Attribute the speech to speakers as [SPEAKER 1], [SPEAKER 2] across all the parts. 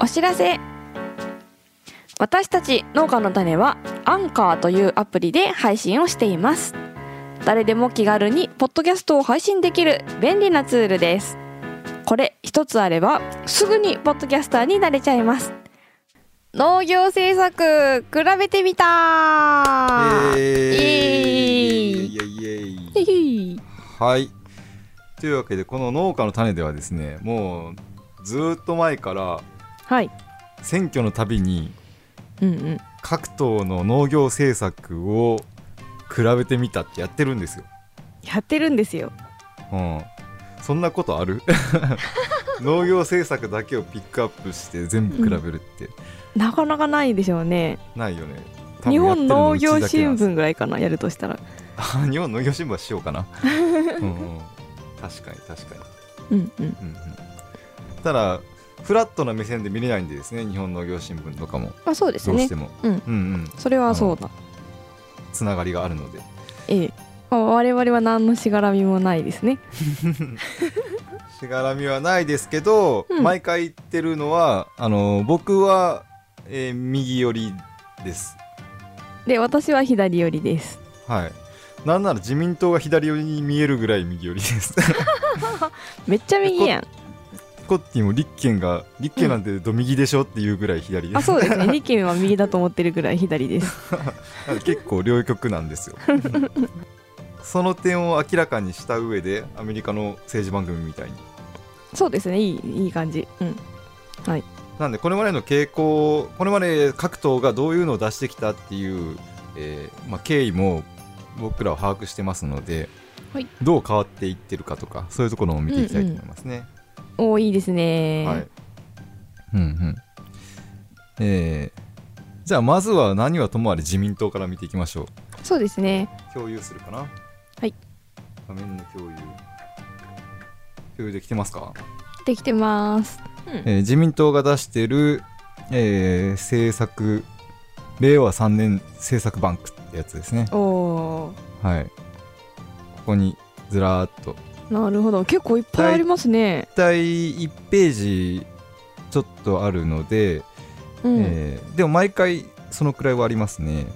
[SPEAKER 1] お知らせ私たち農家の種はアンカーというアプリで配信をしています誰でも気軽にポッドキャストを配信できる便利なツールですこれ一つあればすぐにポッドキャスターになれちゃいます農業政策比べてみた
[SPEAKER 2] イエー
[SPEAKER 1] イ
[SPEAKER 2] イイエーイイエーイイエーイ
[SPEAKER 1] イエイ
[SPEAKER 2] はいというわけでこの農家の種ではですねもうずーっと前から
[SPEAKER 1] はい
[SPEAKER 2] 選挙のたびに
[SPEAKER 1] うんうん
[SPEAKER 2] 各党の農業政策を比べてみたってやってるんですよ、
[SPEAKER 1] やってるんですよ
[SPEAKER 2] うん、そんなことある 農業政策だけをピックアップして全部比べるって
[SPEAKER 1] なかなかないでしょうね
[SPEAKER 2] ないよね、多分
[SPEAKER 1] 日
[SPEAKER 2] やって
[SPEAKER 1] 本
[SPEAKER 2] るの
[SPEAKER 1] 農
[SPEAKER 2] うちだ
[SPEAKER 1] 業
[SPEAKER 2] けなんですよ
[SPEAKER 1] 新聞ぐらいかなやるとしたら
[SPEAKER 2] あ 日本農業新聞はしようかな うん、うん、確かに確か
[SPEAKER 1] うん
[SPEAKER 2] に、
[SPEAKER 1] うん
[SPEAKER 2] うんうん、ただフラットな目線で見れないんでですね日本農業新聞とかも
[SPEAKER 1] まあそうです
[SPEAKER 2] どう
[SPEAKER 1] ね
[SPEAKER 2] しても
[SPEAKER 1] うん
[SPEAKER 2] うんうん
[SPEAKER 1] それはそうだ
[SPEAKER 2] つながりがあるので
[SPEAKER 1] ええまあ我々は何のしがらみもないですね
[SPEAKER 2] しがらみはないですけど、
[SPEAKER 1] うん
[SPEAKER 2] 毎回言ってるのはあの僕は、えー右寄りです
[SPEAKER 1] で私は左寄りです
[SPEAKER 2] はいなんなら自民党が左寄りに見えるぐらい右寄りです
[SPEAKER 1] めっちゃ右やん
[SPEAKER 2] コッティも立憲が立憲なんてど右でしょっていうぐらい左です
[SPEAKER 1] あそう ですねリキンは右だと思ってるぐらい左です
[SPEAKER 2] 結構両極なんで すよその点を明らかにした上でアメリカの政治番組みたいに
[SPEAKER 1] そうですねいいいい感じうん
[SPEAKER 2] なんでこれまでの傾向これまで各党がどういうのを出してきたっていう、えーまあ、経緯も僕らは把握してますので、
[SPEAKER 1] はい
[SPEAKER 2] どう変わっていってるかとかそういうところも見ていきたいと思いますね。
[SPEAKER 1] おおいいですね、
[SPEAKER 2] はいうんうんえーじゃあまずは何はともあれ自民党から見ていきましょう。
[SPEAKER 1] そうですね
[SPEAKER 2] 共有するかな
[SPEAKER 1] はい
[SPEAKER 2] 画面の共有共有できてますか、
[SPEAKER 1] できてますうん
[SPEAKER 2] えー自民党が出している、えー政策令和3年政策バンクってやつですね
[SPEAKER 1] おお
[SPEAKER 2] はいここにずらーっと
[SPEAKER 1] ーなるほど結構いっぱいありますね、
[SPEAKER 2] 第1ページちょっとあるので、
[SPEAKER 1] うん、
[SPEAKER 2] えーでも毎回そのくらいはありますね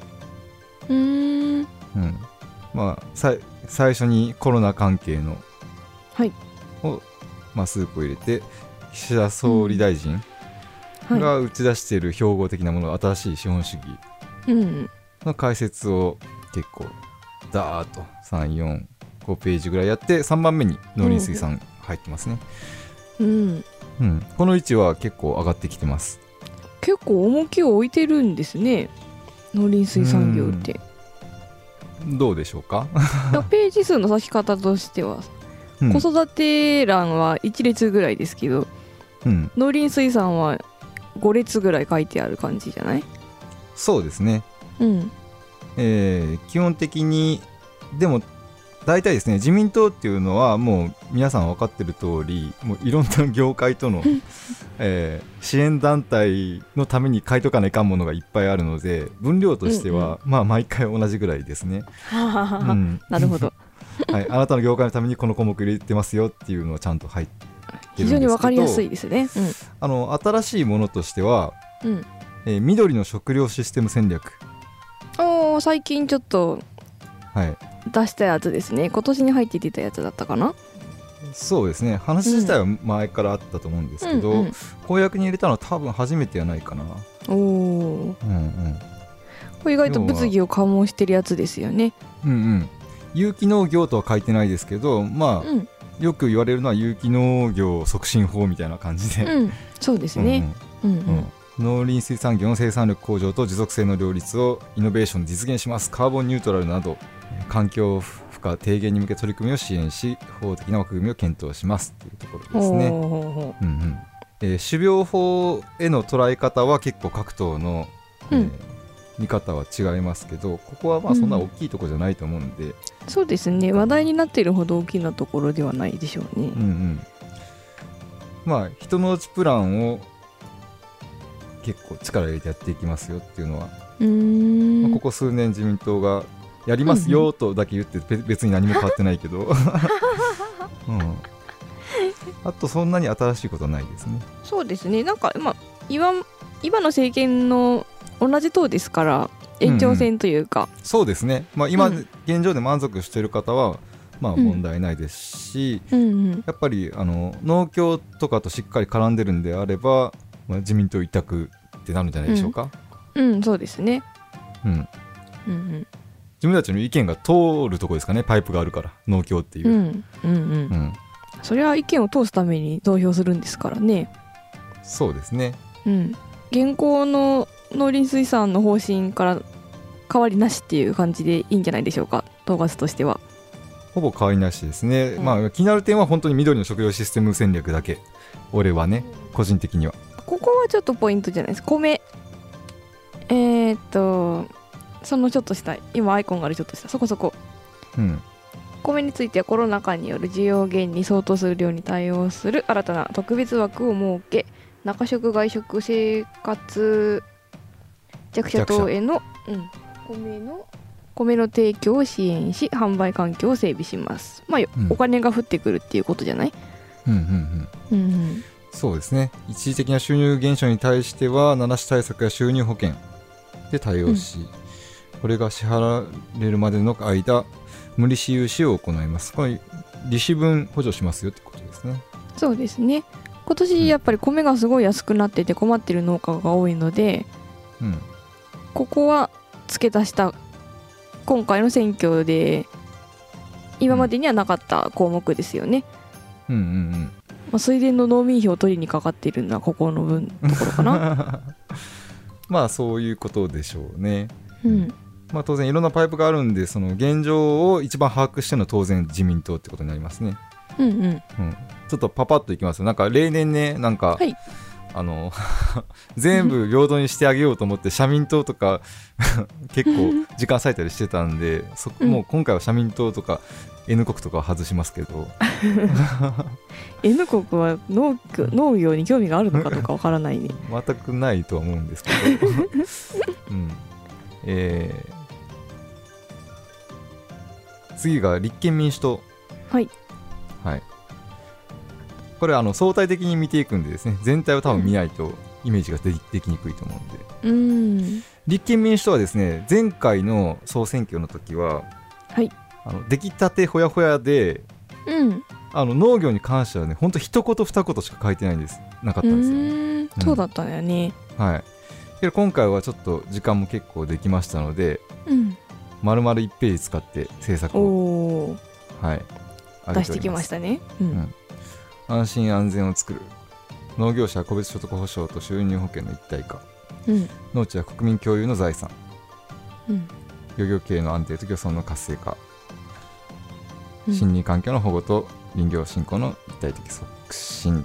[SPEAKER 1] うーん
[SPEAKER 2] うん、まあさい最初にコロナ関係の、
[SPEAKER 1] はい
[SPEAKER 2] を、まあ、数個入れて岸田総理大臣
[SPEAKER 1] は
[SPEAKER 2] が打ち出している標語的なもの、新しい資本主義
[SPEAKER 1] い、うん、
[SPEAKER 2] の解説を結構ダーッと345ページぐらいやって3番目に農林水産入ってますね、
[SPEAKER 1] うん、
[SPEAKER 2] うんこの位置は結構上がってきてます
[SPEAKER 1] 結構重きを置いてるんですね農林水産業 って
[SPEAKER 2] どうでしょうか
[SPEAKER 1] ページ数の先方としては、
[SPEAKER 2] うん
[SPEAKER 1] 子育て欄は1列ぐらいですけど
[SPEAKER 2] うん、
[SPEAKER 1] 農林水産は5列ぐらい書いてある感じじゃない
[SPEAKER 2] そうですね
[SPEAKER 1] うん
[SPEAKER 2] えー基本的にでも大体ですね自民党っていうのはもう皆さん分かってる通りもういろんな業界との、 えー支援団体のために書いとかないかんものがいっぱいあるので分量としては、まあ毎回同じぐらいですね、うん
[SPEAKER 1] なるほ ど
[SPEAKER 2] はい、あなたの業界のためにこの項目入れてますよっていうのはちゃんと入って
[SPEAKER 1] 非常にわかりやすいですね
[SPEAKER 2] あの新しいものとしては、
[SPEAKER 1] うん、うん、
[SPEAKER 2] えー緑の食料システム戦略、
[SPEAKER 1] おー最近ちょっと
[SPEAKER 2] はい、
[SPEAKER 1] 出したやつですね今年に入って出たやつだったかな
[SPEAKER 2] そうですね話自体は前からあったと思うんですけど、
[SPEAKER 1] うんうん
[SPEAKER 2] 公約に入れたのは多分初めてやないかな、
[SPEAKER 1] おお
[SPEAKER 2] うんうん、
[SPEAKER 1] これ意外と物議を醸してるやつですよね
[SPEAKER 2] うんうん有機農業とは書いてないですけどまあ、
[SPEAKER 1] うん
[SPEAKER 2] よく言われるのは有機農業促進法みたいな感じで、
[SPEAKER 1] うんそうですねうんうん、
[SPEAKER 2] うんうん農林水産業の生産力向上と持続性の両立をイノベーションで実現しますカーボンニュートラルなど環境負荷低減に向け取り組みを支援し法的な枠組みを検討しますというところですね。
[SPEAKER 1] ほうほうほ
[SPEAKER 2] うんうんえー種苗法への捉え方は結構各党の、えー
[SPEAKER 1] うん
[SPEAKER 2] 見方は違いますけどここはまあそんな大きいとこじゃないと思うんで、
[SPEAKER 1] うそうですね話題になっているほど大きなところではないでしょうね
[SPEAKER 2] うんうんまあ人のうちプランを結構力入れてやっていきますよっていうのは、
[SPEAKER 1] うーん
[SPEAKER 2] まあここ数年自民党がやりますよとだけ言ってべ別に何も変わってない けど、うん、あとそんなに新しいことはないですね。
[SPEAKER 1] そうですねなんかまあ今今の政権の同じ党ですから延長戦というか、
[SPEAKER 2] そうですね、まあ、今、
[SPEAKER 1] うん
[SPEAKER 2] 現状で満足してる方は、まあ、
[SPEAKER 1] うん
[SPEAKER 2] 問題ないですし、
[SPEAKER 1] うんうん
[SPEAKER 2] やっぱりあの農協とかとしっかり絡んでるんであれば、まあ、自民党委託ってなるんじゃないでしょうか、
[SPEAKER 1] うん、そうですね、
[SPEAKER 2] うん
[SPEAKER 1] うん
[SPEAKER 2] 自分たちの意見が通るとこですかねパイプがあるから農協ってい
[SPEAKER 1] うんう
[SPEAKER 2] う、
[SPEAKER 1] んうんうん
[SPEAKER 2] うん
[SPEAKER 1] それは意見を通すために投票するんですからね、
[SPEAKER 2] そうですね
[SPEAKER 1] うん、現行の農林水産の方針から変わりなしっていう感じでいいんじゃないでしょうか統括としては
[SPEAKER 2] ほぼ変わりなしですね、
[SPEAKER 1] うん
[SPEAKER 2] まあ気になる点は本当に緑の食料システム戦略だけ俺はね個人的には
[SPEAKER 1] ここはちょっとポイントじゃないです米えー、っとそのちょっとした今アイコンがあるちょっとしたそこそこ
[SPEAKER 2] うん
[SPEAKER 1] 米についてはコロナ禍による需要減に相当する量に対応する新たな特別枠を設け中食外食生活弱者等への、うん、米の米の提供を支援し販売環境を整備しますまあ、よ
[SPEAKER 2] うん
[SPEAKER 1] お金が降ってくるっていうことじゃない、
[SPEAKER 2] うんうんうん
[SPEAKER 1] うん
[SPEAKER 2] そうですね一時的な収入減少に対しては七種対策や収入保険で対応し、これが支払われるまでの間無利子融資を行いますこれ利子分補助しますよってことですね
[SPEAKER 1] そうですね今年やっぱり米がすごい安くなってて困ってる農家が多いので
[SPEAKER 2] うん
[SPEAKER 1] ここは付け足した今回の選挙で今までにはなかった項目ですよね、
[SPEAKER 2] うんうん
[SPEAKER 1] まあ、水田の農民票を取りにかかっているのはここの分ところか
[SPEAKER 2] う ん
[SPEAKER 1] な、
[SPEAKER 2] まあそういうことでしょうね
[SPEAKER 1] うん、
[SPEAKER 2] まあ当然いろんなパイプがあるんでその現状を一番把握してるのは当然自民党ってことになりますね
[SPEAKER 1] うんうん
[SPEAKER 2] ちょっとパパッといきますよなんか例年ねなんか、
[SPEAKER 1] はい
[SPEAKER 2] あの 全部平等にしてあげようと思って社民党とか 結構時間割いたりしてたんでそ
[SPEAKER 1] うん
[SPEAKER 2] もう今回は社民党とか N 国とかは外しますけど
[SPEAKER 1] N 国は農業農業に興味があるのかとかわからないね
[SPEAKER 2] 全くないとは思うんですけ ど、うんえー次が立憲民主党
[SPEAKER 1] はい
[SPEAKER 2] はい、これあの相対的に見ていくんでですね全体を多分見ないとイメージができできにくいと思うんで
[SPEAKER 1] うん
[SPEAKER 2] 立憲民主党はですね前回の総選挙の時は、
[SPEAKER 1] はい
[SPEAKER 2] あの出来たてほやほやで
[SPEAKER 1] うん
[SPEAKER 2] あの農業に関してはねほんと一言二言しか書いてないんですなかっ
[SPEAKER 1] う
[SPEAKER 2] たんですよね、
[SPEAKER 1] んそうだったんだよね
[SPEAKER 2] はいけど今回はちょっと時間も結構できましたので
[SPEAKER 1] うん
[SPEAKER 2] 丸々1ページ使って制作
[SPEAKER 1] お
[SPEAKER 2] を、
[SPEAKER 1] お
[SPEAKER 2] はい、上げ
[SPEAKER 1] 出してきま
[SPEAKER 2] た
[SPEAKER 1] したねうん
[SPEAKER 2] うん安心安全を作る農業者は個別所得保障と収入保険の一体化
[SPEAKER 1] うん
[SPEAKER 2] 農地は国民共有の財産
[SPEAKER 1] うん
[SPEAKER 2] 漁業経営の安定と漁村の活性化
[SPEAKER 1] うん
[SPEAKER 2] 森林環境の保護と林業振興の一体的促進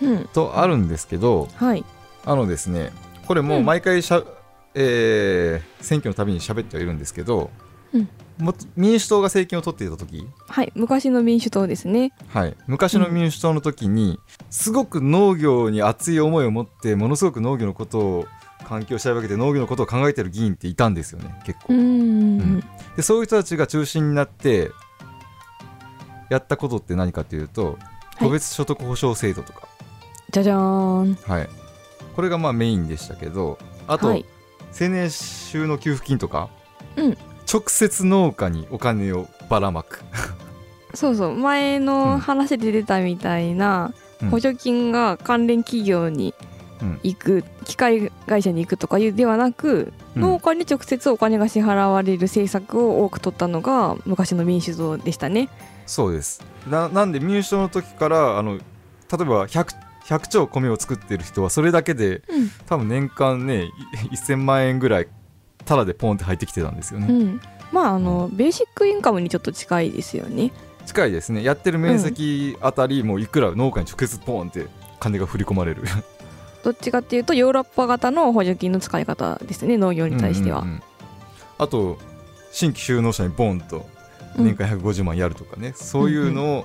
[SPEAKER 1] うん
[SPEAKER 2] とあるんですけど
[SPEAKER 1] はい
[SPEAKER 2] あのですねこれもう毎回しゃ、えー選挙のたびに喋ってはいるんですけど、
[SPEAKER 1] うん
[SPEAKER 2] も民主党が政権を取っていた時、
[SPEAKER 1] はい昔の民主党ですね
[SPEAKER 2] はい、昔の民主党の時に、すごく農業に熱い思いを持ってものすごく農業のことを環境を調べて農業のことを考えてる議員っていたんですよね結構、
[SPEAKER 1] うん
[SPEAKER 2] でそういう人たちが中心になってやったことって何かというと
[SPEAKER 1] はい
[SPEAKER 2] 個別所得保障制度とか、
[SPEAKER 1] じゃじゃーん
[SPEAKER 2] はいこれがまあメインでしたけどあと、
[SPEAKER 1] はい
[SPEAKER 2] 青年収納給付金とか、
[SPEAKER 1] うん
[SPEAKER 2] 直接農家にお金をばらまく
[SPEAKER 1] そうそう前
[SPEAKER 2] う
[SPEAKER 1] の
[SPEAKER 2] ん
[SPEAKER 1] 話で出たみたいな
[SPEAKER 2] うん
[SPEAKER 1] 補助金が関連企業に
[SPEAKER 2] うん
[SPEAKER 1] 行く、機械会社に行くとかいうではなく、
[SPEAKER 2] うん
[SPEAKER 1] 農家に直接お金が支払われる政策を多く取ったのが昔の民主党でしたね。
[SPEAKER 2] そうですななんで民主党の時からあの例えば 100, 100兆米を作ってる人はそれだけで多分年間ねい1000万円ぐらいタダでポンって入ってきてたんですよね、
[SPEAKER 1] うんまああのベーシックインカムにちょっと近いですよね。
[SPEAKER 2] 近いですねやってる面積あたりもういくら農家に直接ポンって金が振り込まれ る
[SPEAKER 1] どっちかっていうとヨーロッパ型の補助金の使い方ですね農業に対しては。
[SPEAKER 2] うんうんうんあと新規就農者にボンと
[SPEAKER 1] うん
[SPEAKER 2] 年間150万やるとかね、そういうのを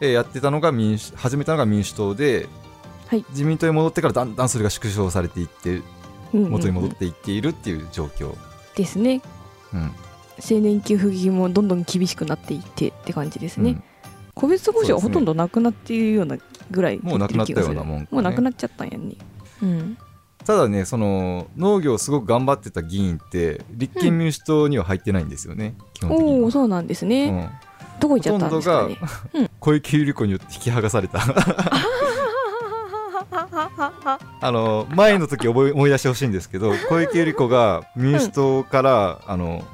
[SPEAKER 2] えーやってたのが民主始めたのが民主党で、
[SPEAKER 1] はい
[SPEAKER 2] 自民党に戻ってからだんだんそれが縮小されていって
[SPEAKER 1] うんうんうん
[SPEAKER 2] 元に戻っていっているっていう状況、
[SPEAKER 1] ですね
[SPEAKER 2] うん
[SPEAKER 1] 青年給付金もどんどん厳しくなっていってって感じですね。
[SPEAKER 2] うん
[SPEAKER 1] 個別保障はほ
[SPEAKER 2] そうですね
[SPEAKER 1] とんどなくなっているようなぐらい
[SPEAKER 2] もうなくなったよう
[SPEAKER 1] 減
[SPEAKER 2] な
[SPEAKER 1] ってる気がする
[SPEAKER 2] もんかね
[SPEAKER 1] もうなくなっちゃったんやねうん
[SPEAKER 2] ただねその農業をすごく頑張ってた議員って立憲民主党には入ってないんですよね、基本的に
[SPEAKER 1] おお
[SPEAKER 2] は。
[SPEAKER 1] そうなんですね、
[SPEAKER 2] うん
[SPEAKER 1] どこ行っちゃったんですかね
[SPEAKER 2] 小池百合子によって引き剥がされた あの前の時覚え思い出してほしいんですけど小池百合子が民主党から、 あの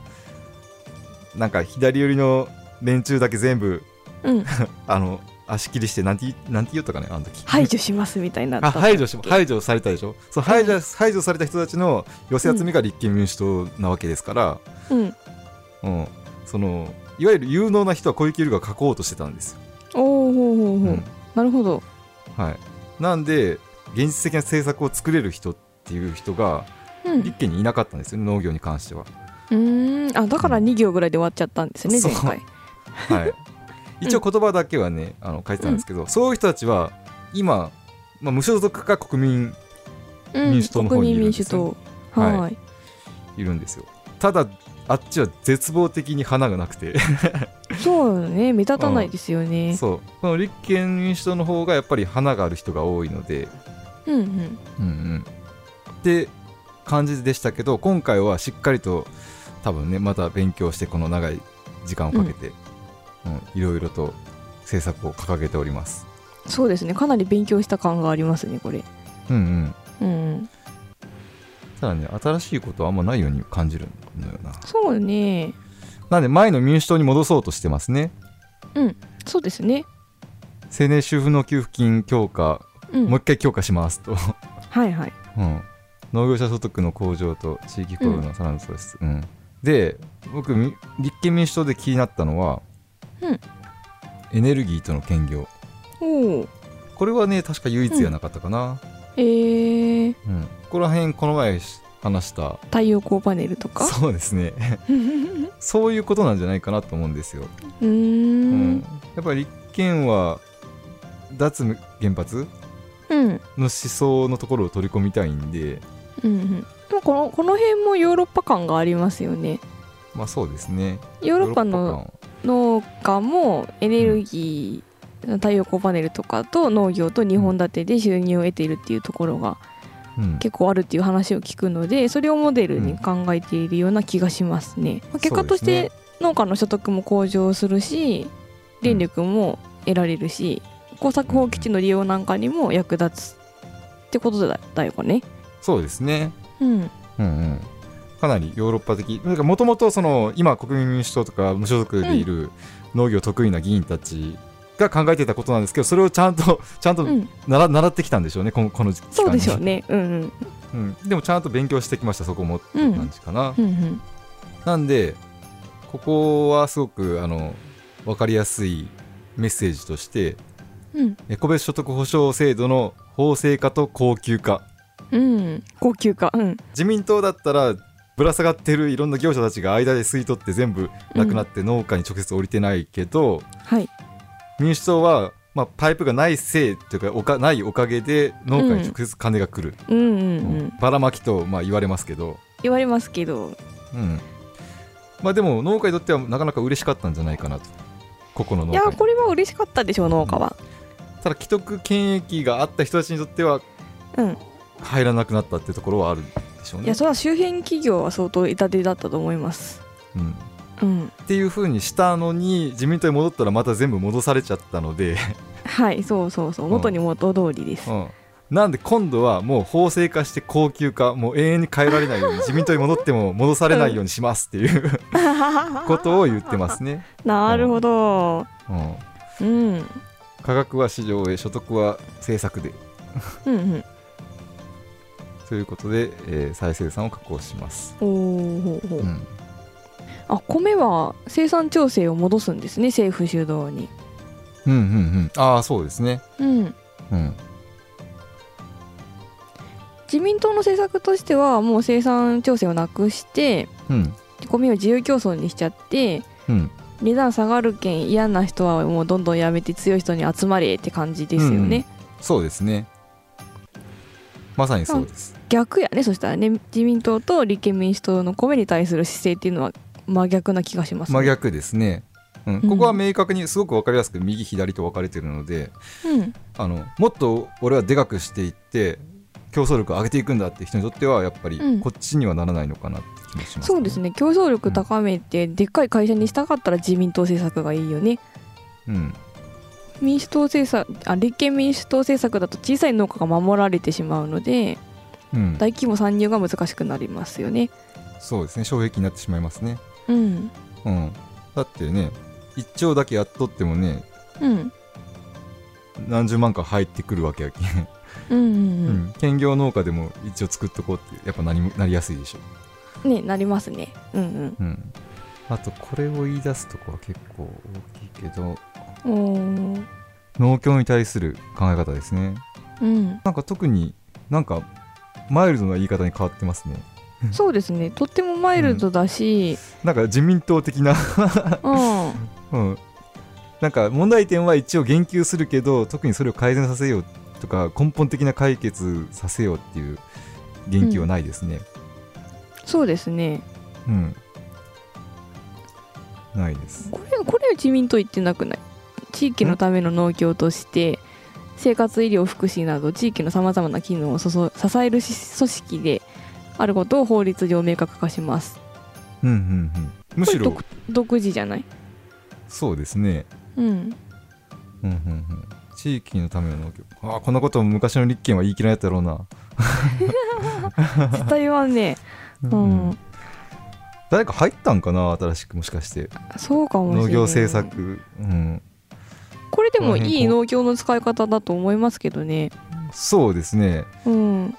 [SPEAKER 2] なんか左寄りの連中だけ全部
[SPEAKER 1] うん
[SPEAKER 2] あの足切りしてなんていなんて言おったかねあの時
[SPEAKER 1] 排除しますみたいになった
[SPEAKER 2] あ排除し排除されたでしょそう排除排除された人たちの寄せ集めが立憲民主党なわけですから、
[SPEAKER 1] うん
[SPEAKER 2] うんそのいわゆる有能な人は小池百合子が書こうとしてたんですよ。
[SPEAKER 1] おおほうほうほう、
[SPEAKER 2] うん
[SPEAKER 1] なるほど
[SPEAKER 2] はい、なんで現実的な政策を作れる人っていう人が
[SPEAKER 1] うんう
[SPEAKER 2] 立憲にいなかったんですよね農業に関しては。
[SPEAKER 1] ーんあだから2行ぐらいで終わっちゃったんですよね
[SPEAKER 2] そう
[SPEAKER 1] 前回
[SPEAKER 2] はい、一応言葉だけはねあの書いてたんですけど、そういう人たちは今、まあ、無所属か国民
[SPEAKER 1] うん
[SPEAKER 2] 民主党の方に
[SPEAKER 1] 国
[SPEAKER 2] い
[SPEAKER 1] 民
[SPEAKER 2] るん
[SPEAKER 1] 民
[SPEAKER 2] で
[SPEAKER 1] 主
[SPEAKER 2] すね
[SPEAKER 1] 党はい、
[SPEAKER 2] はいいるんですよ。ただあっちは絶望的に花がなくて
[SPEAKER 1] そうよね目立たないですよね
[SPEAKER 2] そうこの立憲民主党の方がやっぱり花がある人が多いので、
[SPEAKER 1] うんうん
[SPEAKER 2] うんうん、って感じでしたけど今回はしっかりと多分ねまた勉強してこの長い時間をかけて、うんいろいろと政策を掲げております。
[SPEAKER 1] そうですねかなり勉強した感がありますねこれ
[SPEAKER 2] うんうん、
[SPEAKER 1] うんうん
[SPEAKER 2] ただね新しいことはあんまないように感じるのよな。
[SPEAKER 1] そうね
[SPEAKER 2] なんで前の民主党に戻そうとしてますね。
[SPEAKER 1] そうですね
[SPEAKER 2] 青年主婦の給付金強化、
[SPEAKER 1] うん
[SPEAKER 2] もう一回強化しますと、
[SPEAKER 1] はいはい
[SPEAKER 2] うん、農業者所得の向上と地域交流のさらなる創出、うんで僕み立憲民主党で気になったのは、
[SPEAKER 1] うん
[SPEAKER 2] エネルギーとの兼業
[SPEAKER 1] おお
[SPEAKER 2] これはね確か唯一じゃなかったかな、
[SPEAKER 1] えー、
[SPEAKER 2] うんここら辺この前し話した
[SPEAKER 1] 太陽光パネルとか
[SPEAKER 2] そうです ね
[SPEAKER 1] うー
[SPEAKER 2] そういうことなんじゃないかなと思うんですよ、うん
[SPEAKER 1] ん
[SPEAKER 2] やっぱり立憲は脱原発
[SPEAKER 1] うん
[SPEAKER 2] の思想のところを取り込みたいんで
[SPEAKER 1] うんうん、でもこのこの辺もヨーロッパ感がありますよね
[SPEAKER 2] まあそうですね
[SPEAKER 1] ヨーロッパ
[SPEAKER 2] ヨー
[SPEAKER 1] の
[SPEAKER 2] ロッパ
[SPEAKER 1] 農家もエネルギー太陽光パネルとかと農業と2本立てで収入を得ているっていうところが
[SPEAKER 2] 感うん、
[SPEAKER 1] 結構あるっていう話を聞くのでそれをモデルに考えているような気がしますね、まあ結果とし
[SPEAKER 2] そうで
[SPEAKER 1] て農家の所得も向上するし電力も得られるし耕作放棄地の利用なんかにも役立つってことだだよね
[SPEAKER 2] そうですね
[SPEAKER 1] うん
[SPEAKER 2] うんうん、かなりヨーロッパ的もともと今国民民主党とか無所属でいる農業得意な議員たちが考えてたことなんですけどそれをちゃんと ちゃんと
[SPEAKER 1] うん
[SPEAKER 2] 習,、習ってきたんでしょうねこのこの期間に
[SPEAKER 1] そうでしょうねうんうん
[SPEAKER 2] うん、でもちゃんと勉強してきましたそこもって
[SPEAKER 1] うん
[SPEAKER 2] 感じかな、
[SPEAKER 1] うんうん
[SPEAKER 2] なんでここはすごくあの分かりやすいメッセージとして
[SPEAKER 1] うん
[SPEAKER 2] え個別所得保障制度の法制化と恒久化
[SPEAKER 1] うん、高級化、うん、
[SPEAKER 2] 自民党だったらぶら下がってるいろんな業者たちが間で吸い取って全部なくなって農家に直接降りてないけど、
[SPEAKER 1] はい、
[SPEAKER 2] 民主党は、まあ、パイプがないせいというかおかないおかげで農家に直接金が来る、
[SPEAKER 1] うんうんう
[SPEAKER 2] うん
[SPEAKER 1] ん、
[SPEAKER 2] ばらまきと、まあ、言われますけど、
[SPEAKER 1] 言われますけど、
[SPEAKER 2] うんまあ、でも農家にとってはなかなか嬉しかったんじゃないかなとここの農
[SPEAKER 1] い
[SPEAKER 2] 家
[SPEAKER 1] や
[SPEAKER 2] に
[SPEAKER 1] これは嬉しかったでしょう農家は、
[SPEAKER 2] ただ既得権益があった人たちにとっては
[SPEAKER 1] うん、
[SPEAKER 2] 入らなくなったっていうところはあるでしょう
[SPEAKER 1] い
[SPEAKER 2] ね
[SPEAKER 1] や。それは周辺企業は相当痛手だったと思います、
[SPEAKER 2] うん
[SPEAKER 1] うん、
[SPEAKER 2] っていう風にしたのに自民党に戻ったらまた全部戻されちゃったので、
[SPEAKER 1] はい、そうそうそう、元に元通りです
[SPEAKER 2] う、ん、なんで今度はもう法制化して恒久化もう永遠に変えられないように自民党に戻っても戻されないようにしますっていうことを言ってますね。
[SPEAKER 1] なるほど、
[SPEAKER 2] うん、
[SPEAKER 1] うん、うん
[SPEAKER 2] 科学は市場へ所得は政策で
[SPEAKER 1] うん、
[SPEAKER 2] ということで、えー再生産を確保します。
[SPEAKER 1] おお、ほうほう
[SPEAKER 2] うん、
[SPEAKER 1] あ米は生産調整を戻すんですね政府主導に、
[SPEAKER 2] うんうんうんああそうですね。
[SPEAKER 1] うん、
[SPEAKER 2] うん
[SPEAKER 1] 自民党の政策としてはもう生産調整をなくして
[SPEAKER 2] うん
[SPEAKER 1] 米を自由競争にしちゃって
[SPEAKER 2] うん
[SPEAKER 1] 値段下がるけん嫌な人はもうどんどんやめて強い人に集まれって感じですよね、
[SPEAKER 2] そうですね。まさにそうです。
[SPEAKER 1] 逆やねそしたらね自民党と立憲民主党の米に対する姿勢っていうのは真逆な気がします、ね、
[SPEAKER 2] 真逆ですね、うん
[SPEAKER 1] うん
[SPEAKER 2] ここは明確にすごく分かりやすく右左と分かれてるので
[SPEAKER 1] うん
[SPEAKER 2] あのもっと俺はでかくしていって競争力を上げていくんだって人にとってはやっぱり
[SPEAKER 1] うん
[SPEAKER 2] こっちにはならないのかなって気もします、
[SPEAKER 1] そうですね競争力高めてでっかい会社にしたかったら自民党政策がいいよね
[SPEAKER 2] うん
[SPEAKER 1] 民主党政策あ立憲民主党政策だと小さい農家が守られてしまうので
[SPEAKER 2] うん、
[SPEAKER 1] 大規模参入が難しくなりますよね
[SPEAKER 2] そうですね障壁になってしまいますね、
[SPEAKER 1] うん
[SPEAKER 2] うん、だってね一丁だけやっとってもね
[SPEAKER 1] うん
[SPEAKER 2] 何十万か入ってくるわけやけん、
[SPEAKER 1] うんうんうん、
[SPEAKER 2] うん、兼業農家でも一応作っとこうってやっぱなりなりやすいでしょ、
[SPEAKER 1] ねなりますねうん
[SPEAKER 2] うん、あとこれを言い出すとこは結構大きいけど
[SPEAKER 1] うんおー
[SPEAKER 2] 農協に対する考え方ですね
[SPEAKER 1] うん
[SPEAKER 2] なんか特になんかマイルドな言い方に変わってますね
[SPEAKER 1] そうですねとってもマイルドだし、
[SPEAKER 2] なんか自民党的な、
[SPEAKER 1] うん
[SPEAKER 2] うん、なんか問題点は一応言及するけど特にそれを改善させようとか根本的な解決させようっていう言及はないですね、
[SPEAKER 1] そうですね
[SPEAKER 2] うんないです
[SPEAKER 1] これこれ自民党言ってなくない地域のための農業として生活医療福祉など地域のさまざまな機能をそそ支えるし組織であることを法律上明確化します
[SPEAKER 2] うんうんうんむしろ
[SPEAKER 1] これ独独自じゃない
[SPEAKER 2] そうですね
[SPEAKER 1] うん
[SPEAKER 2] うんうんうん地域のための農業ああこんなことを昔の立憲は言い切られたろうな、
[SPEAKER 1] 絶対はね、
[SPEAKER 2] う
[SPEAKER 1] うん
[SPEAKER 2] ん、誰か入ったんかな新しくもしかして
[SPEAKER 1] そうかもしれな
[SPEAKER 2] 農
[SPEAKER 1] い
[SPEAKER 2] 業政策うん
[SPEAKER 1] これでもいい農協の使い方だと思いますけどね
[SPEAKER 2] そうですね
[SPEAKER 1] うん、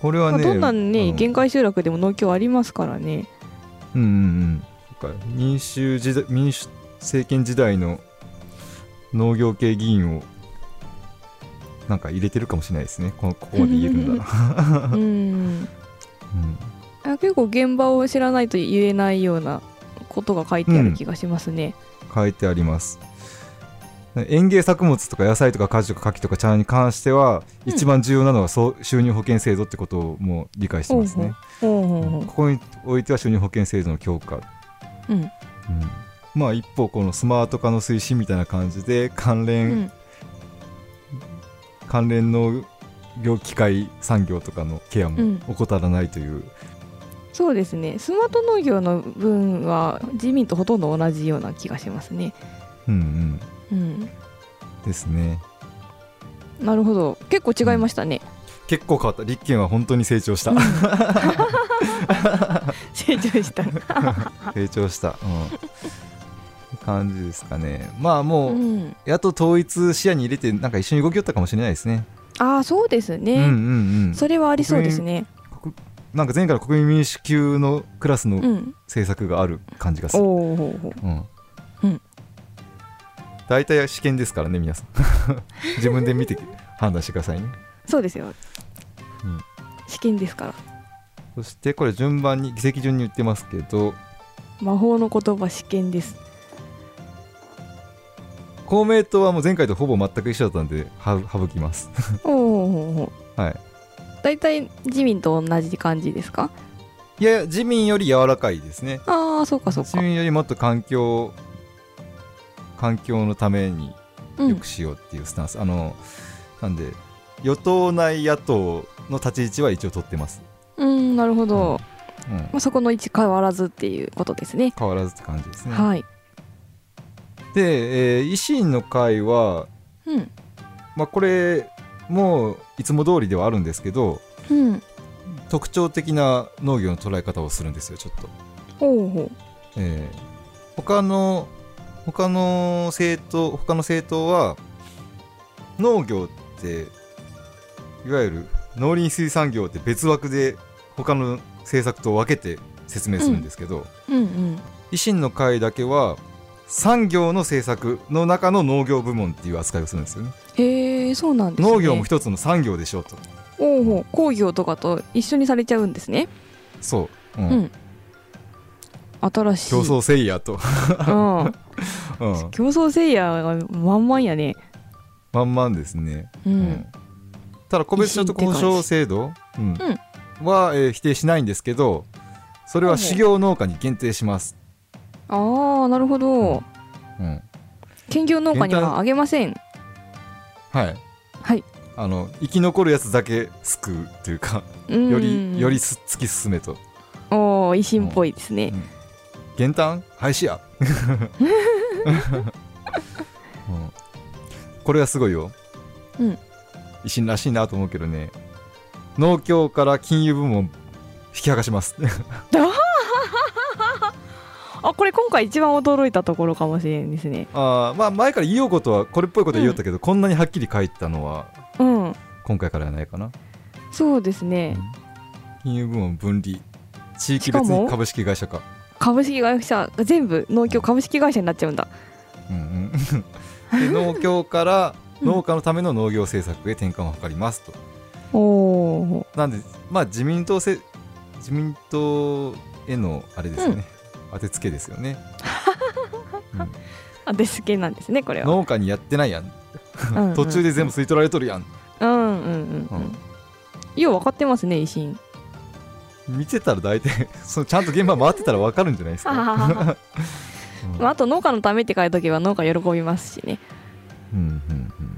[SPEAKER 2] これは
[SPEAKER 1] まあ、
[SPEAKER 2] ね、
[SPEAKER 1] どんなね、
[SPEAKER 2] うん
[SPEAKER 1] 限界集落でも農協ありますからね
[SPEAKER 2] うんうんうんなんか民主時代民主政権時代の農業系議員をなんか入れてるかもしれないですねこのここまで言える んだな、
[SPEAKER 1] うん
[SPEAKER 2] うん、
[SPEAKER 1] あ結構現場を知らないと言えないようなことが書いてある気がしますね。
[SPEAKER 2] 書いてあります園芸作物とか野菜とか果樹とか牡蠣とか茶に関しては
[SPEAKER 1] うん
[SPEAKER 2] 一番重要なのはそう収入保険制度ってことをもう理解してますね、
[SPEAKER 1] ほうほう
[SPEAKER 2] うんここにおいては収入保険制度の強化
[SPEAKER 1] う。うん。
[SPEAKER 2] うんまあ一方このスマート化の推進みたいな感じで関
[SPEAKER 1] う
[SPEAKER 2] 連、
[SPEAKER 1] ん。
[SPEAKER 2] 関連農業機械産業とかのケア
[SPEAKER 1] うん
[SPEAKER 2] も怠らないという、
[SPEAKER 1] そうですね。スマート農業の分は自民とほとんど同じような気がしますね。
[SPEAKER 2] うん、うん
[SPEAKER 1] うん。
[SPEAKER 2] ですね
[SPEAKER 1] なるほど。結構違いましたね。
[SPEAKER 2] 結構変わった立憲は本当に成長した
[SPEAKER 1] 成長した。
[SPEAKER 2] 成長した、うん、感じですかねま あ
[SPEAKER 1] う
[SPEAKER 2] もう、
[SPEAKER 1] ん。
[SPEAKER 2] やっと統一視野に入れてなんか一緒に動きよったかもしれないですね、
[SPEAKER 1] ああ、そうです
[SPEAKER 2] うん
[SPEAKER 1] ね。
[SPEAKER 2] うん
[SPEAKER 1] それはありそうですね。
[SPEAKER 2] うん国なんか前回の国民民主級のクラス
[SPEAKER 1] う
[SPEAKER 2] の
[SPEAKER 1] ん。
[SPEAKER 2] 政策がある感じがす
[SPEAKER 1] お
[SPEAKER 2] る、
[SPEAKER 1] おほうほう。
[SPEAKER 2] うん
[SPEAKER 1] うん
[SPEAKER 2] 大体試験ですからね皆さん 自分で見て判断してくださいね
[SPEAKER 1] そうですよ
[SPEAKER 2] うん。
[SPEAKER 1] 試験ですから。
[SPEAKER 2] そしてこれ順番に議席順に言ってますけど
[SPEAKER 1] 魔法の言葉試験です。
[SPEAKER 2] 公明党はもう前回とほぼ全く一緒だったんでは省きます
[SPEAKER 1] おおほうほう。
[SPEAKER 2] はい
[SPEAKER 1] 大体自民と同じ感じですか
[SPEAKER 2] いやいや自民より柔らかいですね
[SPEAKER 1] ああ、そうかそう
[SPEAKER 2] 自
[SPEAKER 1] か。
[SPEAKER 2] 民よりもっと環境環境のために
[SPEAKER 1] うん
[SPEAKER 2] 良くしようっていうスタンス、あのなんで与党内野党の立ち位置は一応取ってます、
[SPEAKER 1] うん、なるほど。
[SPEAKER 2] うん
[SPEAKER 1] まあ、そこの位置変わらずっていうことですね。
[SPEAKER 2] 変わらずって感じですね、
[SPEAKER 1] はい。
[SPEAKER 2] で、えー維新の会は、
[SPEAKER 1] うん。
[SPEAKER 2] まあ、これもういつも通りではあるんですけど
[SPEAKER 1] うん。
[SPEAKER 2] 特徴的な農業の捉え方をするんですよちょっと、
[SPEAKER 1] ほうほ
[SPEAKER 2] えー他の他の政党他の政党は農業っていわゆる農林水産業って別枠で他の政策と分けて説明するんですけど、
[SPEAKER 1] う。うんうん。
[SPEAKER 2] 維新の会だけは産業の政策の中の農業部門っていう扱いをするんですよね
[SPEAKER 1] へえ、そうなんですね。
[SPEAKER 2] 農業も一つの産業でしょうと
[SPEAKER 1] ほうほう。工業とかと一緒にされちゃうんですね。
[SPEAKER 2] そう、うん
[SPEAKER 1] うん。新しい。
[SPEAKER 2] 競争せいやと、
[SPEAKER 1] うん。
[SPEAKER 2] うん、
[SPEAKER 1] 競争せいやがまんまんやね。
[SPEAKER 2] まんまんですね、
[SPEAKER 1] う。
[SPEAKER 2] うんただ個別所得保障制度、うんは、えー否定しないんですけどそれ
[SPEAKER 1] ほ
[SPEAKER 2] は
[SPEAKER 1] うほう
[SPEAKER 2] 修行農家に限定します、
[SPEAKER 1] ああ、なるほど。
[SPEAKER 2] うん
[SPEAKER 1] 兼業農家に
[SPEAKER 2] 原
[SPEAKER 1] は
[SPEAKER 2] 炭
[SPEAKER 1] あげません。
[SPEAKER 2] はい
[SPEAKER 1] はい。
[SPEAKER 2] あの生き残るやつだけ救うというか
[SPEAKER 1] うん
[SPEAKER 2] よりよりす突き進めと
[SPEAKER 1] おお維新っぽいですね、
[SPEAKER 2] 減反廃止や、うんこれはすごいよ、
[SPEAKER 1] うん
[SPEAKER 2] 維新らしいなと思うけどね農協から金融部門引き剥がします
[SPEAKER 1] あこれ今回一番驚いたところかもしれんですね
[SPEAKER 2] あーまあ前から言おうことはこれっぽいことは言おったけど、こんなにはっきり書いたのは
[SPEAKER 1] うん
[SPEAKER 2] 今回からはないかな
[SPEAKER 1] そうですね
[SPEAKER 2] 金融部門分離地域
[SPEAKER 1] しか
[SPEAKER 2] 別
[SPEAKER 1] も
[SPEAKER 2] に株式会社か
[SPEAKER 1] 株式会社が全部農協株式会社になっちゃうんだ
[SPEAKER 2] うんうん で農協から農家のための農業政策へ転換を図りますと。
[SPEAKER 1] おお
[SPEAKER 2] なんで、まあ、自民党せ自民党へのあれですよね、当てつけですよね。うん
[SPEAKER 1] あデス系なんですねこれは、
[SPEAKER 2] 農家にやってないやん
[SPEAKER 1] うんうん
[SPEAKER 2] 途中で全部吸い取られとるやん、
[SPEAKER 1] うんうんうんう
[SPEAKER 2] うんん
[SPEAKER 1] よう分かってますね維新
[SPEAKER 2] 見てたら大体 そのちゃんと現場回ってたら分かるんじゃないです か、
[SPEAKER 1] ま
[SPEAKER 2] うん
[SPEAKER 1] ああと農家のためって書いとけば農家喜びますしね
[SPEAKER 2] うんうんうん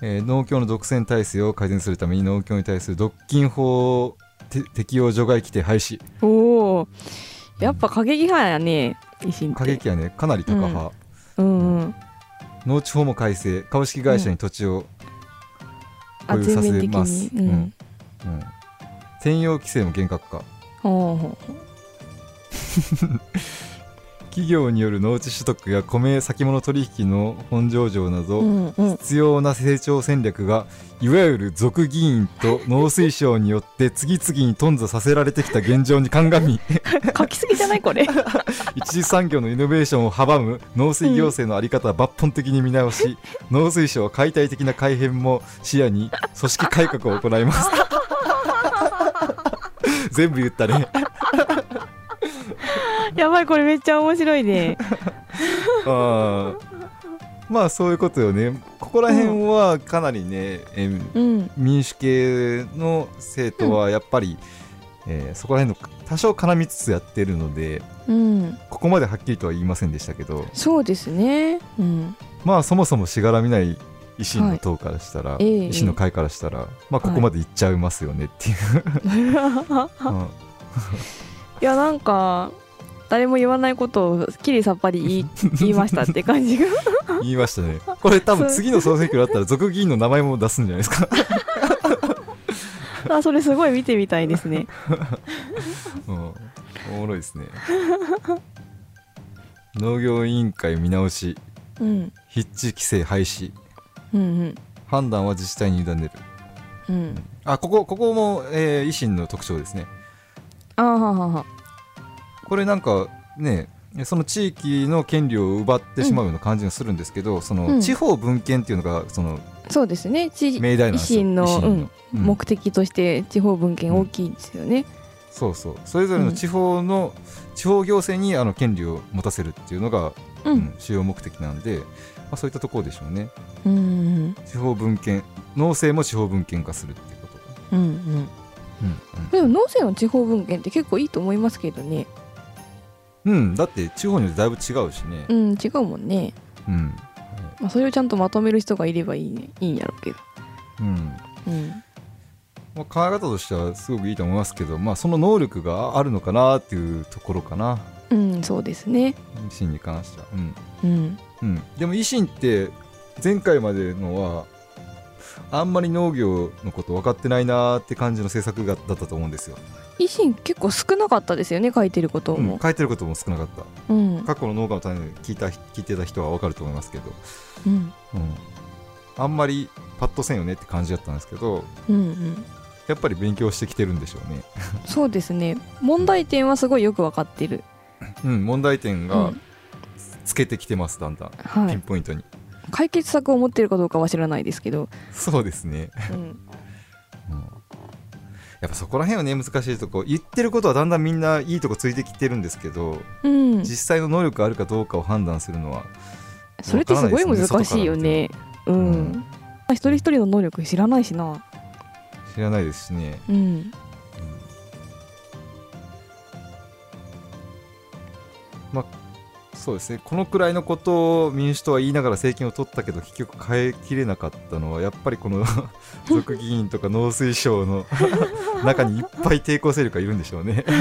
[SPEAKER 2] えー農協の独占体制を改善するために農協に対する独禁法て適用除外規定廃止
[SPEAKER 1] おおやっぱ過激派やね維新って
[SPEAKER 2] 過激はねかなり高派、
[SPEAKER 1] うんうん
[SPEAKER 2] 農地法も改正株式会社に土地を、
[SPEAKER 1] あ
[SPEAKER 2] 保有
[SPEAKER 1] 全
[SPEAKER 2] させ
[SPEAKER 1] 面的
[SPEAKER 2] ます
[SPEAKER 1] にうん、
[SPEAKER 2] うんうん転用規制も厳格化
[SPEAKER 1] ほうほう
[SPEAKER 2] 企業による農地取得や米先物取引の本上場など、
[SPEAKER 1] うん うん
[SPEAKER 2] 必要な成長戦略がいわゆる俗議員と農水省によって次々に頓挫させられてきた現状に鑑 み
[SPEAKER 1] 書きすぎじゃないこれ
[SPEAKER 2] 一次産業のイノベーションを阻む農水行政の在り方を抜本的に見 直し、農水省は解体的な改変も視野に組織改革を行います 全部言ったね
[SPEAKER 1] やばいこれめっちゃ面白いね
[SPEAKER 2] あーまあそういうことよねここら辺はかなりね、えー
[SPEAKER 1] うん
[SPEAKER 2] 民主系の政党はやっぱり、えーそこら辺の多少絡みつつやってるので
[SPEAKER 1] うん
[SPEAKER 2] ここまではっきりとは言いませんでしたけど
[SPEAKER 1] そうですねうん
[SPEAKER 2] まあそもそもしがらみない維新の党からしたら、
[SPEAKER 1] いええ
[SPEAKER 2] 維新の会からしたら、まあ、ここまでいっちゃいますよねっていう、 うん
[SPEAKER 1] いやなんか誰も言わないことをすっきりさっぱり 言い言いましたって感 じが
[SPEAKER 2] 言いましたねこれ多分次の総選挙 だったら俗議員の名前も出すんじゃないですか、
[SPEAKER 1] あそれすごい見てみたいですね
[SPEAKER 2] うん、おもろいですね 農業委員会見直し
[SPEAKER 1] うん
[SPEAKER 2] 筆致規制廃止
[SPEAKER 1] うん
[SPEAKER 2] 判断は自治体に委ねる
[SPEAKER 1] うんうん
[SPEAKER 2] あここここも、えー維新の特徴ですね
[SPEAKER 1] あははは
[SPEAKER 2] これなんかねその地域の権利を奪ってしまうような感じがするんですけど、そうの
[SPEAKER 1] ん
[SPEAKER 2] 地方分権っていうのがその
[SPEAKER 1] そうですね地
[SPEAKER 2] 命題なん
[SPEAKER 1] 維
[SPEAKER 2] ですよ
[SPEAKER 1] 新の
[SPEAKER 2] 維新の
[SPEAKER 1] うん
[SPEAKER 2] うん
[SPEAKER 1] 目的として地方分権大きいんですよね、
[SPEAKER 2] そうそうそれぞれの地方の、地方行政にあの権利を持たせるっていうのが、
[SPEAKER 1] うん
[SPEAKER 2] うん主要目的なんで、まあ、そういったところでしょうね
[SPEAKER 1] うんうん
[SPEAKER 2] 地方分権農政も地方分権化するっていうことか、
[SPEAKER 1] うんうん
[SPEAKER 2] うん
[SPEAKER 1] でも農政の地方分権って結構いいと思いますけどね
[SPEAKER 2] うんうんだって地方によってだいぶ違うしね
[SPEAKER 1] うん違うもんね、
[SPEAKER 2] うん、
[SPEAKER 1] まあ、それをちゃんとまとめる人がいればいい,、ね、いいんやろうけど
[SPEAKER 2] うん
[SPEAKER 1] うん
[SPEAKER 2] まあ、考え方としてはすごくいいと思いますけど、まあ、その能力があるのかなっていうところかな
[SPEAKER 1] うんそうですね
[SPEAKER 2] 維新に関しては、うん
[SPEAKER 1] うん
[SPEAKER 2] うん、でも維新って前回までのはあんまり農業のこと分かってないなーって感じの政策がだったと思うんですよ、
[SPEAKER 1] 維新結構少なかったですよね書いてること
[SPEAKER 2] う
[SPEAKER 1] も
[SPEAKER 2] ん、書いてることも少なかった
[SPEAKER 1] うん、うん
[SPEAKER 2] 過去の農家のために聞いた聞いてた人は分かると思いますけど、うん、あんまりパッとせんよねって感じだったんですけど
[SPEAKER 1] うんうん
[SPEAKER 2] やっぱり勉強してきてるんでしょうね、
[SPEAKER 1] そうですね問題点はすごいよく分かってる、
[SPEAKER 2] うん、問題点
[SPEAKER 1] う
[SPEAKER 2] が
[SPEAKER 1] ん
[SPEAKER 2] つけてきてますだんだん、
[SPEAKER 1] は
[SPEAKER 2] ピ
[SPEAKER 1] い、
[SPEAKER 2] ンポイントに
[SPEAKER 1] 解決策を持ってるかどうかは知らないですけ ど、
[SPEAKER 2] そうですね、
[SPEAKER 1] うん、
[SPEAKER 2] うん、やっぱそこら辺はね難しいとこ言ってることはだんだんみんないいとこついてきてるんですけど、
[SPEAKER 1] うん、
[SPEAKER 2] 実際の能力あるかどうかを判断するのは
[SPEAKER 1] それってすごい難しいよねう
[SPEAKER 2] らないで
[SPEAKER 1] ん、まあ
[SPEAKER 2] すね外から見てもうん
[SPEAKER 1] 一人一人の能力知らないしな
[SPEAKER 2] 知らないですしね、
[SPEAKER 1] うん
[SPEAKER 2] うんまそうですねこのくらいのことを民主党は言いながら政権を取ったけど結局変えきれなかったのはやっぱりこの 族議員とか農水省の 中にいっぱい抵抗勢力がいるんでしょうね。うん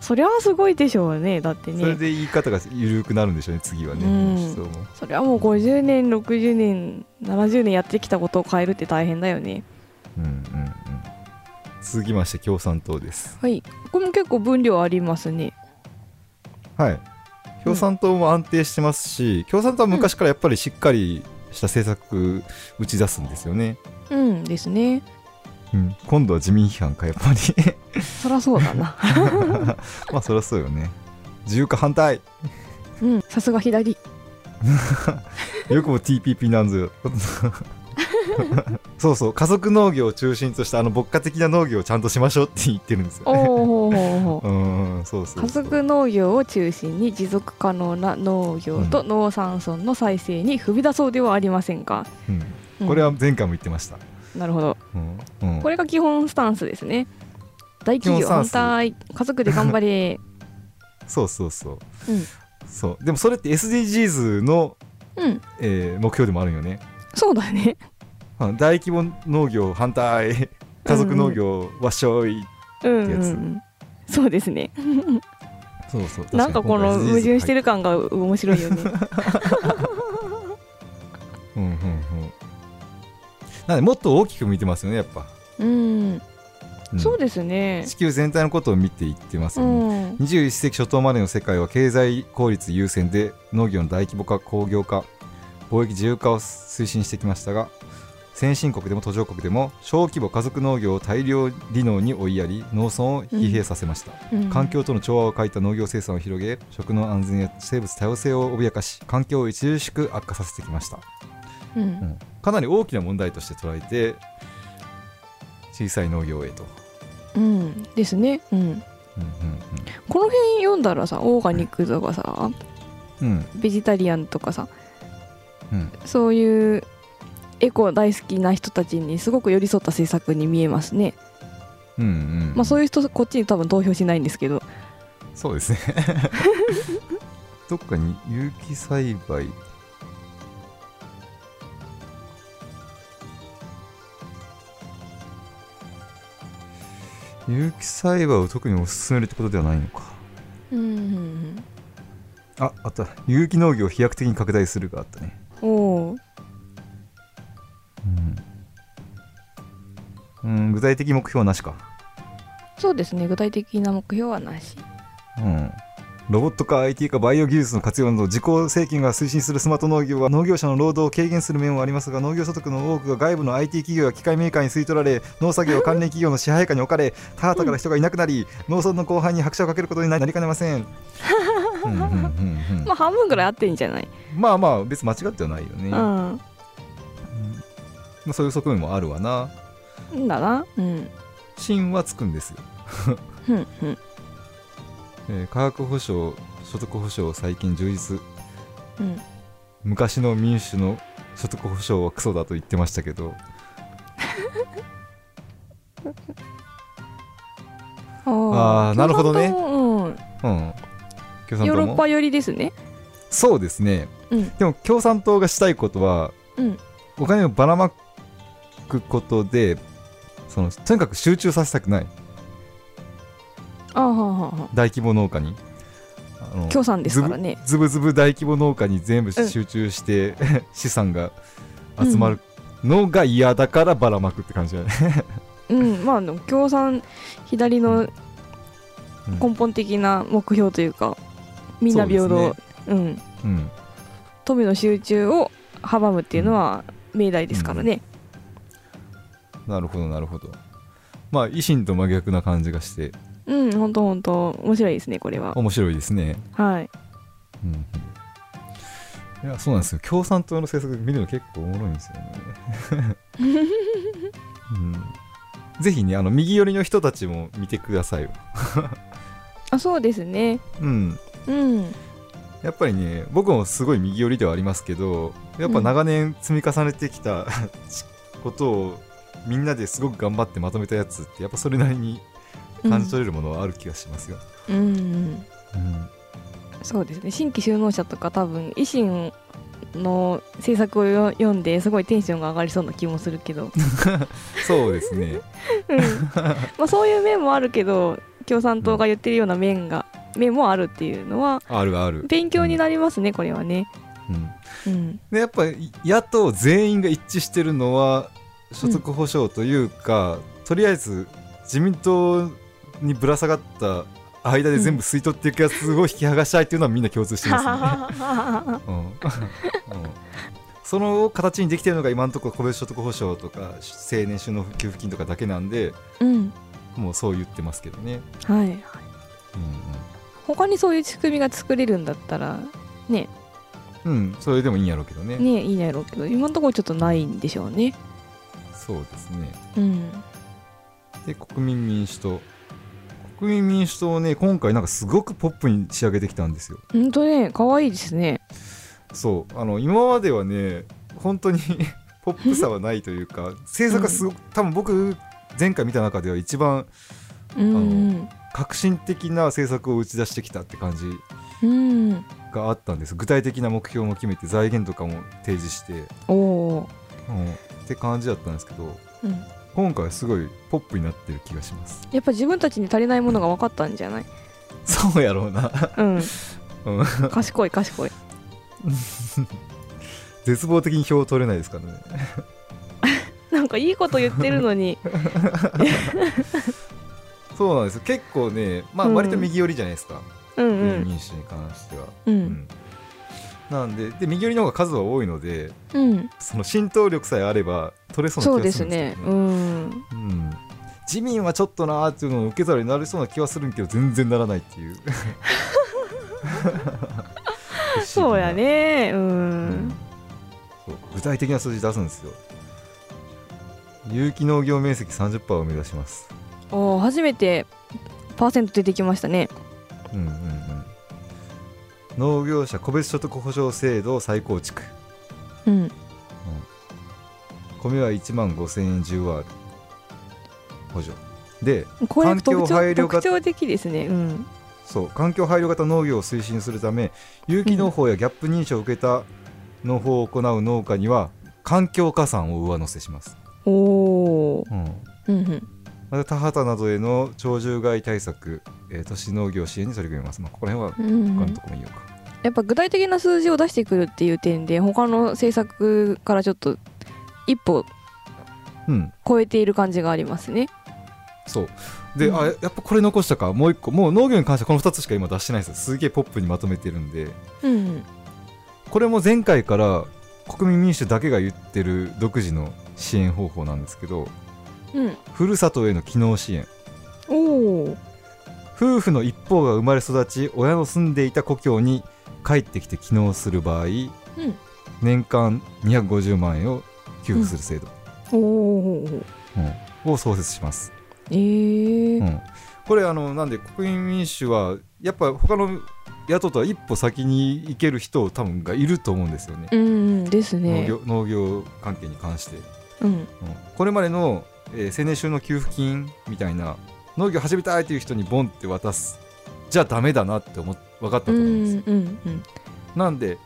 [SPEAKER 1] それはすごいでしょうねだって
[SPEAKER 2] それ
[SPEAKER 1] ね
[SPEAKER 2] で言い方が緩くなるんでしょうね次はね。
[SPEAKER 1] うん
[SPEAKER 2] 民主党も
[SPEAKER 1] それはもう50年60年70年やってきたことを変えるって大変だよね
[SPEAKER 2] うんうんうん続きまして共産党です。
[SPEAKER 1] はいここも結構分量ありますね
[SPEAKER 2] はい共産党も安定してますし、共産党は昔からやっぱりしっかりした政策打ち出すんですよね。
[SPEAKER 1] うんですね
[SPEAKER 2] うん、今度は自民批判かやっぱり。
[SPEAKER 1] そらそうだな
[SPEAKER 2] まあそりゃそうよね自由化反対
[SPEAKER 1] うんさすが 左
[SPEAKER 2] よくも TPP なんぞよ そうそう家族農業を中心としたあの牧歌的な農業をちゃんとしましょうって言ってるんですよ
[SPEAKER 1] おー
[SPEAKER 2] ね
[SPEAKER 1] ほうほうほう
[SPEAKER 2] うーんそうそう
[SPEAKER 1] 家族農業を中心に持続可能な農業と農産村の再生に踏み出そうではありませんか、
[SPEAKER 2] うん
[SPEAKER 1] うん
[SPEAKER 2] これは前回も言ってました、
[SPEAKER 1] なるほど
[SPEAKER 2] うんうん
[SPEAKER 1] これが基本スタンスですね大企業
[SPEAKER 2] 基本
[SPEAKER 1] 反
[SPEAKER 2] スタ
[SPEAKER 1] 対家族で頑張 れ
[SPEAKER 2] そうそうそう
[SPEAKER 1] うん
[SPEAKER 2] そうでもそれって SDGs の、
[SPEAKER 1] うん
[SPEAKER 2] えー目標でもあるんよね
[SPEAKER 1] そうだね
[SPEAKER 2] うん大規模農業反対家族農業わっしょい、
[SPEAKER 1] うん
[SPEAKER 2] っ
[SPEAKER 1] う
[SPEAKER 2] て
[SPEAKER 1] ん
[SPEAKER 2] やつ
[SPEAKER 1] うんそうですね
[SPEAKER 2] そうそう
[SPEAKER 1] なんかこの矛盾して
[SPEAKER 2] る、
[SPEAKER 1] る感が面白いよ ね
[SPEAKER 2] うんうんうんなんでもっと大きく見てますよねやっぱ、
[SPEAKER 1] うん
[SPEAKER 2] うん
[SPEAKER 1] そうですね
[SPEAKER 2] 地球全体のことを見ていってます
[SPEAKER 1] う
[SPEAKER 2] よね、
[SPEAKER 1] ん
[SPEAKER 2] 21世紀初頭までの世界は経済効率優先で農業の大規模化工業化貿易自由化を推進してきましたが先進国でも途上国でも小規模家族農業を大量離農に追いやり農村を疲弊させました、
[SPEAKER 1] うん
[SPEAKER 2] 環境との調和を欠いた農業生産を広げ食の安全や生物多様性を脅かし環境を著しく悪化させてきました、
[SPEAKER 1] う
[SPEAKER 2] うんんかなり大きな問題として捉えて小さい農業へと、
[SPEAKER 1] うんですねうん
[SPEAKER 2] うん
[SPEAKER 1] この辺読んだらさオーガニックとかさ
[SPEAKER 2] うんうん、うん
[SPEAKER 1] ベジタリアンとかさ
[SPEAKER 2] うん
[SPEAKER 1] そういうエコ大好きな人たちにすごく寄り添った政策に見えますね、
[SPEAKER 2] うんうん
[SPEAKER 1] まあ、そう
[SPEAKER 2] い
[SPEAKER 1] い
[SPEAKER 2] う
[SPEAKER 1] う人こっちに多分投票しないんですけど
[SPEAKER 2] そうですね どっかに有機栽培有機栽培を特におすすめるってことではないのか
[SPEAKER 1] うん
[SPEAKER 2] ああった有機農業を飛躍的に拡大するがあったね
[SPEAKER 1] おお
[SPEAKER 2] うん、うん、具体的目標はなしか
[SPEAKER 1] そうですね具体的な目標はなし
[SPEAKER 2] うんロボット化 IT 化バイオ技術の活用など自公政権が推進するスマート農業は農業者の労働を軽減する面はありますが農業所得の多くが外部の IT 企業や機械メーカーに吸い取られ農作業は関連企業の支配下に置かれ田畑から人がいなくなり農村の後半に拍車をかけることになりかねませんうんうんうんうん
[SPEAKER 1] まあ半分ぐらい合ってんじゃない、
[SPEAKER 2] まあまあ別に間違ってはないよね、ま
[SPEAKER 1] うん
[SPEAKER 2] あそういう側面もあるわな
[SPEAKER 1] うんだなうん
[SPEAKER 2] 芯はつくんですよ
[SPEAKER 1] うんうん
[SPEAKER 2] えー価格保障所得保障最近充実
[SPEAKER 1] うん
[SPEAKER 2] 昔の民主の所得保障はクソだと言ってましたけど
[SPEAKER 1] あ
[SPEAKER 2] あーなるほどね
[SPEAKER 1] 共産党もうん
[SPEAKER 2] うん共産
[SPEAKER 1] ヨー
[SPEAKER 2] 党
[SPEAKER 1] ロッ
[SPEAKER 2] も
[SPEAKER 1] パ寄りですね
[SPEAKER 2] そうですね
[SPEAKER 1] うん
[SPEAKER 2] でも共産党がしたいことは
[SPEAKER 1] うん
[SPEAKER 2] お金をばらまくことでそのとにかく集中させたくない
[SPEAKER 1] ああはあはあは
[SPEAKER 2] 大規模農家にあの
[SPEAKER 1] あ共産ですからね
[SPEAKER 2] ズブズブ大規模農家に全部
[SPEAKER 1] うん
[SPEAKER 2] 集中して、 資産が集まるのが嫌だからばらまくって感じだね、
[SPEAKER 1] うんまあでも共産左の
[SPEAKER 2] うん
[SPEAKER 1] 根本的な目標というかみんな平等
[SPEAKER 2] そうう,、
[SPEAKER 1] ん
[SPEAKER 2] うん、
[SPEAKER 1] 富の集中を阻むっていうのは命題ですからね、
[SPEAKER 2] なるほどなるほどまあ維新と真逆な感じがして
[SPEAKER 1] うん、ほんとほんと面白いですねこれは
[SPEAKER 2] 面白いですね
[SPEAKER 1] はい
[SPEAKER 2] うんうんいやそうなんですよ共産党の政策見るの結構おもろいんですよね、 うん、ぜひねあの右寄りの人たちも見てくださいよ
[SPEAKER 1] あそうですね
[SPEAKER 2] うん
[SPEAKER 1] うん
[SPEAKER 2] やっぱりね僕もすごい右寄りではありますけどやっぱ長年積み重ねてきた ことをみんなですごく頑張ってまとめたやつってやっぱそれなりに感じ取れるものはある気がしますよ、
[SPEAKER 1] うん、うん、
[SPEAKER 2] うん
[SPEAKER 1] そうですね新規就農者とか多分維新の政策をよ読んですごいテンションが上がりそうな気もするけど、
[SPEAKER 2] そうですね
[SPEAKER 1] うんまあ、そういう面もあるけど共産党が言ってるような面が面もあるっていうのは
[SPEAKER 2] あるある、
[SPEAKER 1] 勉強になりますねこれはね。
[SPEAKER 2] うん、
[SPEAKER 1] うん
[SPEAKER 2] でやっぱり野党全員が一致してるのは所得保障というか、とりあえず自民党にぶら下がった間で全部吸い取っていくやつを引き剥がしたいっていうのはみんな共通してますね。うんうんその形にできてるのが今のところ個別所得保障とか青年収納給付金とかだけなんで
[SPEAKER 1] うん
[SPEAKER 2] もうそう言ってますけどね。
[SPEAKER 1] はい、
[SPEAKER 2] う
[SPEAKER 1] 他にそういう仕組みが作れるんだったらね
[SPEAKER 2] んうん、うん、それでもいいんやろうけどね。
[SPEAKER 1] ねいいんやろうけど今のところちょっとないんでしょうね。
[SPEAKER 2] そうですね。
[SPEAKER 1] うん、
[SPEAKER 2] で国民民主党国民民主党ね今回なんかすごくポップに仕上げてきたんですよ
[SPEAKER 1] ほんとね可愛いですね。
[SPEAKER 2] そうあの今まではね本当に ポップさはないというか政策がすごく、多分僕前回見た中では一番
[SPEAKER 1] うん
[SPEAKER 2] 革新的な政策を打ち出してきたって感じ
[SPEAKER 1] うん、うん、
[SPEAKER 2] があったんです具体的な目標も決めて財源とかも提示して、
[SPEAKER 1] おお
[SPEAKER 2] うん、って感じだったんですけど
[SPEAKER 1] ー、うん、
[SPEAKER 2] 今回はすごいポップになってる気がします
[SPEAKER 1] やっぱ自分たちに足りないものが分かったんじゃない
[SPEAKER 2] そうやろうな
[SPEAKER 1] うん
[SPEAKER 2] うん
[SPEAKER 1] 賢い賢い
[SPEAKER 2] 絶望的に票取れないですからね
[SPEAKER 1] なんかいいこと言ってるの に
[SPEAKER 2] そうなんですよ結構ね、まあ、
[SPEAKER 1] うん
[SPEAKER 2] 割と右寄りじゃないですか、
[SPEAKER 1] うんう
[SPEAKER 2] 国民
[SPEAKER 1] ん
[SPEAKER 2] 民主に関しては。
[SPEAKER 1] う
[SPEAKER 2] うんんなんでで右寄りの方が数は多いので
[SPEAKER 1] うん
[SPEAKER 2] その浸透力さえあれば取れそう
[SPEAKER 1] そう
[SPEAKER 2] な気
[SPEAKER 1] で
[SPEAKER 2] がす
[SPEAKER 1] す
[SPEAKER 2] るんで
[SPEAKER 1] ね
[SPEAKER 2] すけど
[SPEAKER 1] う
[SPEAKER 2] ね。
[SPEAKER 1] ん
[SPEAKER 2] うん自民はちょっとなーっていうのを受け皿になりそうな気はするんけど全然ならないって いう
[SPEAKER 1] そうやねう
[SPEAKER 2] うんんそう具体的な数字出すんですよ有機農業面積30%を目指します
[SPEAKER 1] おー初めてパーセント出てきましたね
[SPEAKER 2] うんうんうん農業者個別所得保障制度を再構築
[SPEAKER 1] うん
[SPEAKER 2] 米は1万5000円10割補助で
[SPEAKER 1] これ特
[SPEAKER 2] 環境
[SPEAKER 1] 徴
[SPEAKER 2] 配慮
[SPEAKER 1] 特
[SPEAKER 2] が
[SPEAKER 1] 徴的ですねうん
[SPEAKER 2] そう環境配慮型農業を推進するため有機農法やギャップ認証を受けた農法を行う農家には環境加算を上乗せします、
[SPEAKER 1] おおー
[SPEAKER 2] うん、
[SPEAKER 1] うんうん
[SPEAKER 2] また田畑などへの鳥獣害対策、えー都市農業支援に取り組みます、まあ、ここら辺は
[SPEAKER 1] うんう
[SPEAKER 2] 他の
[SPEAKER 1] ん
[SPEAKER 2] とこもいいようか、
[SPEAKER 1] やっぱ具体的な数字を出してくるっていう点で他の政策からちょっと一歩
[SPEAKER 2] うん、
[SPEAKER 1] 超えている感じがありますね
[SPEAKER 2] そうで、
[SPEAKER 1] うん
[SPEAKER 2] あやっぱこれ残したかもう一個もう農業に関してはこの2つしか今出してないんですよすげえポップにまとめてるんで
[SPEAKER 1] うん
[SPEAKER 2] これも前回から国民民主だけが言ってる独自の支援方法なんですけど
[SPEAKER 1] うん
[SPEAKER 2] ふるさとへの機能支援
[SPEAKER 1] おお
[SPEAKER 2] 夫婦の一方が生まれ育ち親の住んでいた故郷に帰ってきて帰農する場合、年間250万円を給付する制
[SPEAKER 1] お
[SPEAKER 2] 度、
[SPEAKER 1] お
[SPEAKER 2] うんを創設します、
[SPEAKER 1] えー
[SPEAKER 2] うんこれあのなんで国民民主はやっぱ他の野党とは一歩先に行ける人を多分がいると思うんですよね
[SPEAKER 1] うんうんです
[SPEAKER 2] 農
[SPEAKER 1] ね
[SPEAKER 2] 業農業関係に関して。
[SPEAKER 1] うん
[SPEAKER 2] うんこれまでの、えー青年収納給付金みたいな農業始めたいという人にボンって渡すじゃあダメだなって思っ分かった
[SPEAKER 1] う
[SPEAKER 2] と思うん
[SPEAKER 1] ん
[SPEAKER 2] で
[SPEAKER 1] う
[SPEAKER 2] すよ、
[SPEAKER 1] んうん
[SPEAKER 2] なんで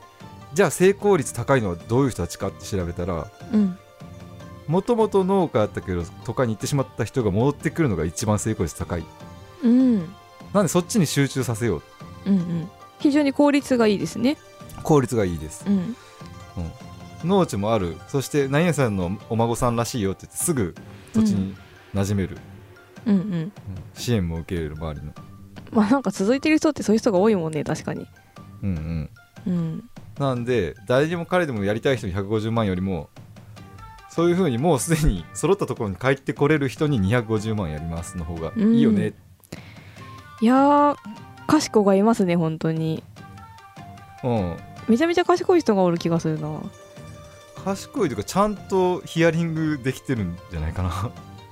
[SPEAKER 2] じゃあ成功率高いのはどういう人たちかって調べたら
[SPEAKER 1] うん
[SPEAKER 2] もともと農家だったけど都会に行ってしまった人が戻ってくるのが一番成功率高い
[SPEAKER 1] うん
[SPEAKER 2] なんでそっちに集中させよう
[SPEAKER 1] うんうん非常に効率がいいですね
[SPEAKER 2] 効率がいいです
[SPEAKER 1] うん
[SPEAKER 2] 農地もあるそして何々さんのお孫さんらしいよって言ってすぐ土地に馴染める、
[SPEAKER 1] うんうん
[SPEAKER 2] うん支援も受け入れる周りの
[SPEAKER 1] まあなんか続いてる人ってそういう人が多いもんね確かに
[SPEAKER 2] うんうん
[SPEAKER 1] うん
[SPEAKER 2] なんで誰でも彼でもやりたい人に150万よりもそういうふうにもうすでに揃ったところに帰ってこれる人に250万やりますの方がいいよね、
[SPEAKER 1] いやー賢がいますね本当に
[SPEAKER 2] うん
[SPEAKER 1] めちゃめちゃ賢い人がおる気がするな
[SPEAKER 2] 賢いというかちゃんとヒアリングできてるんじゃないかな、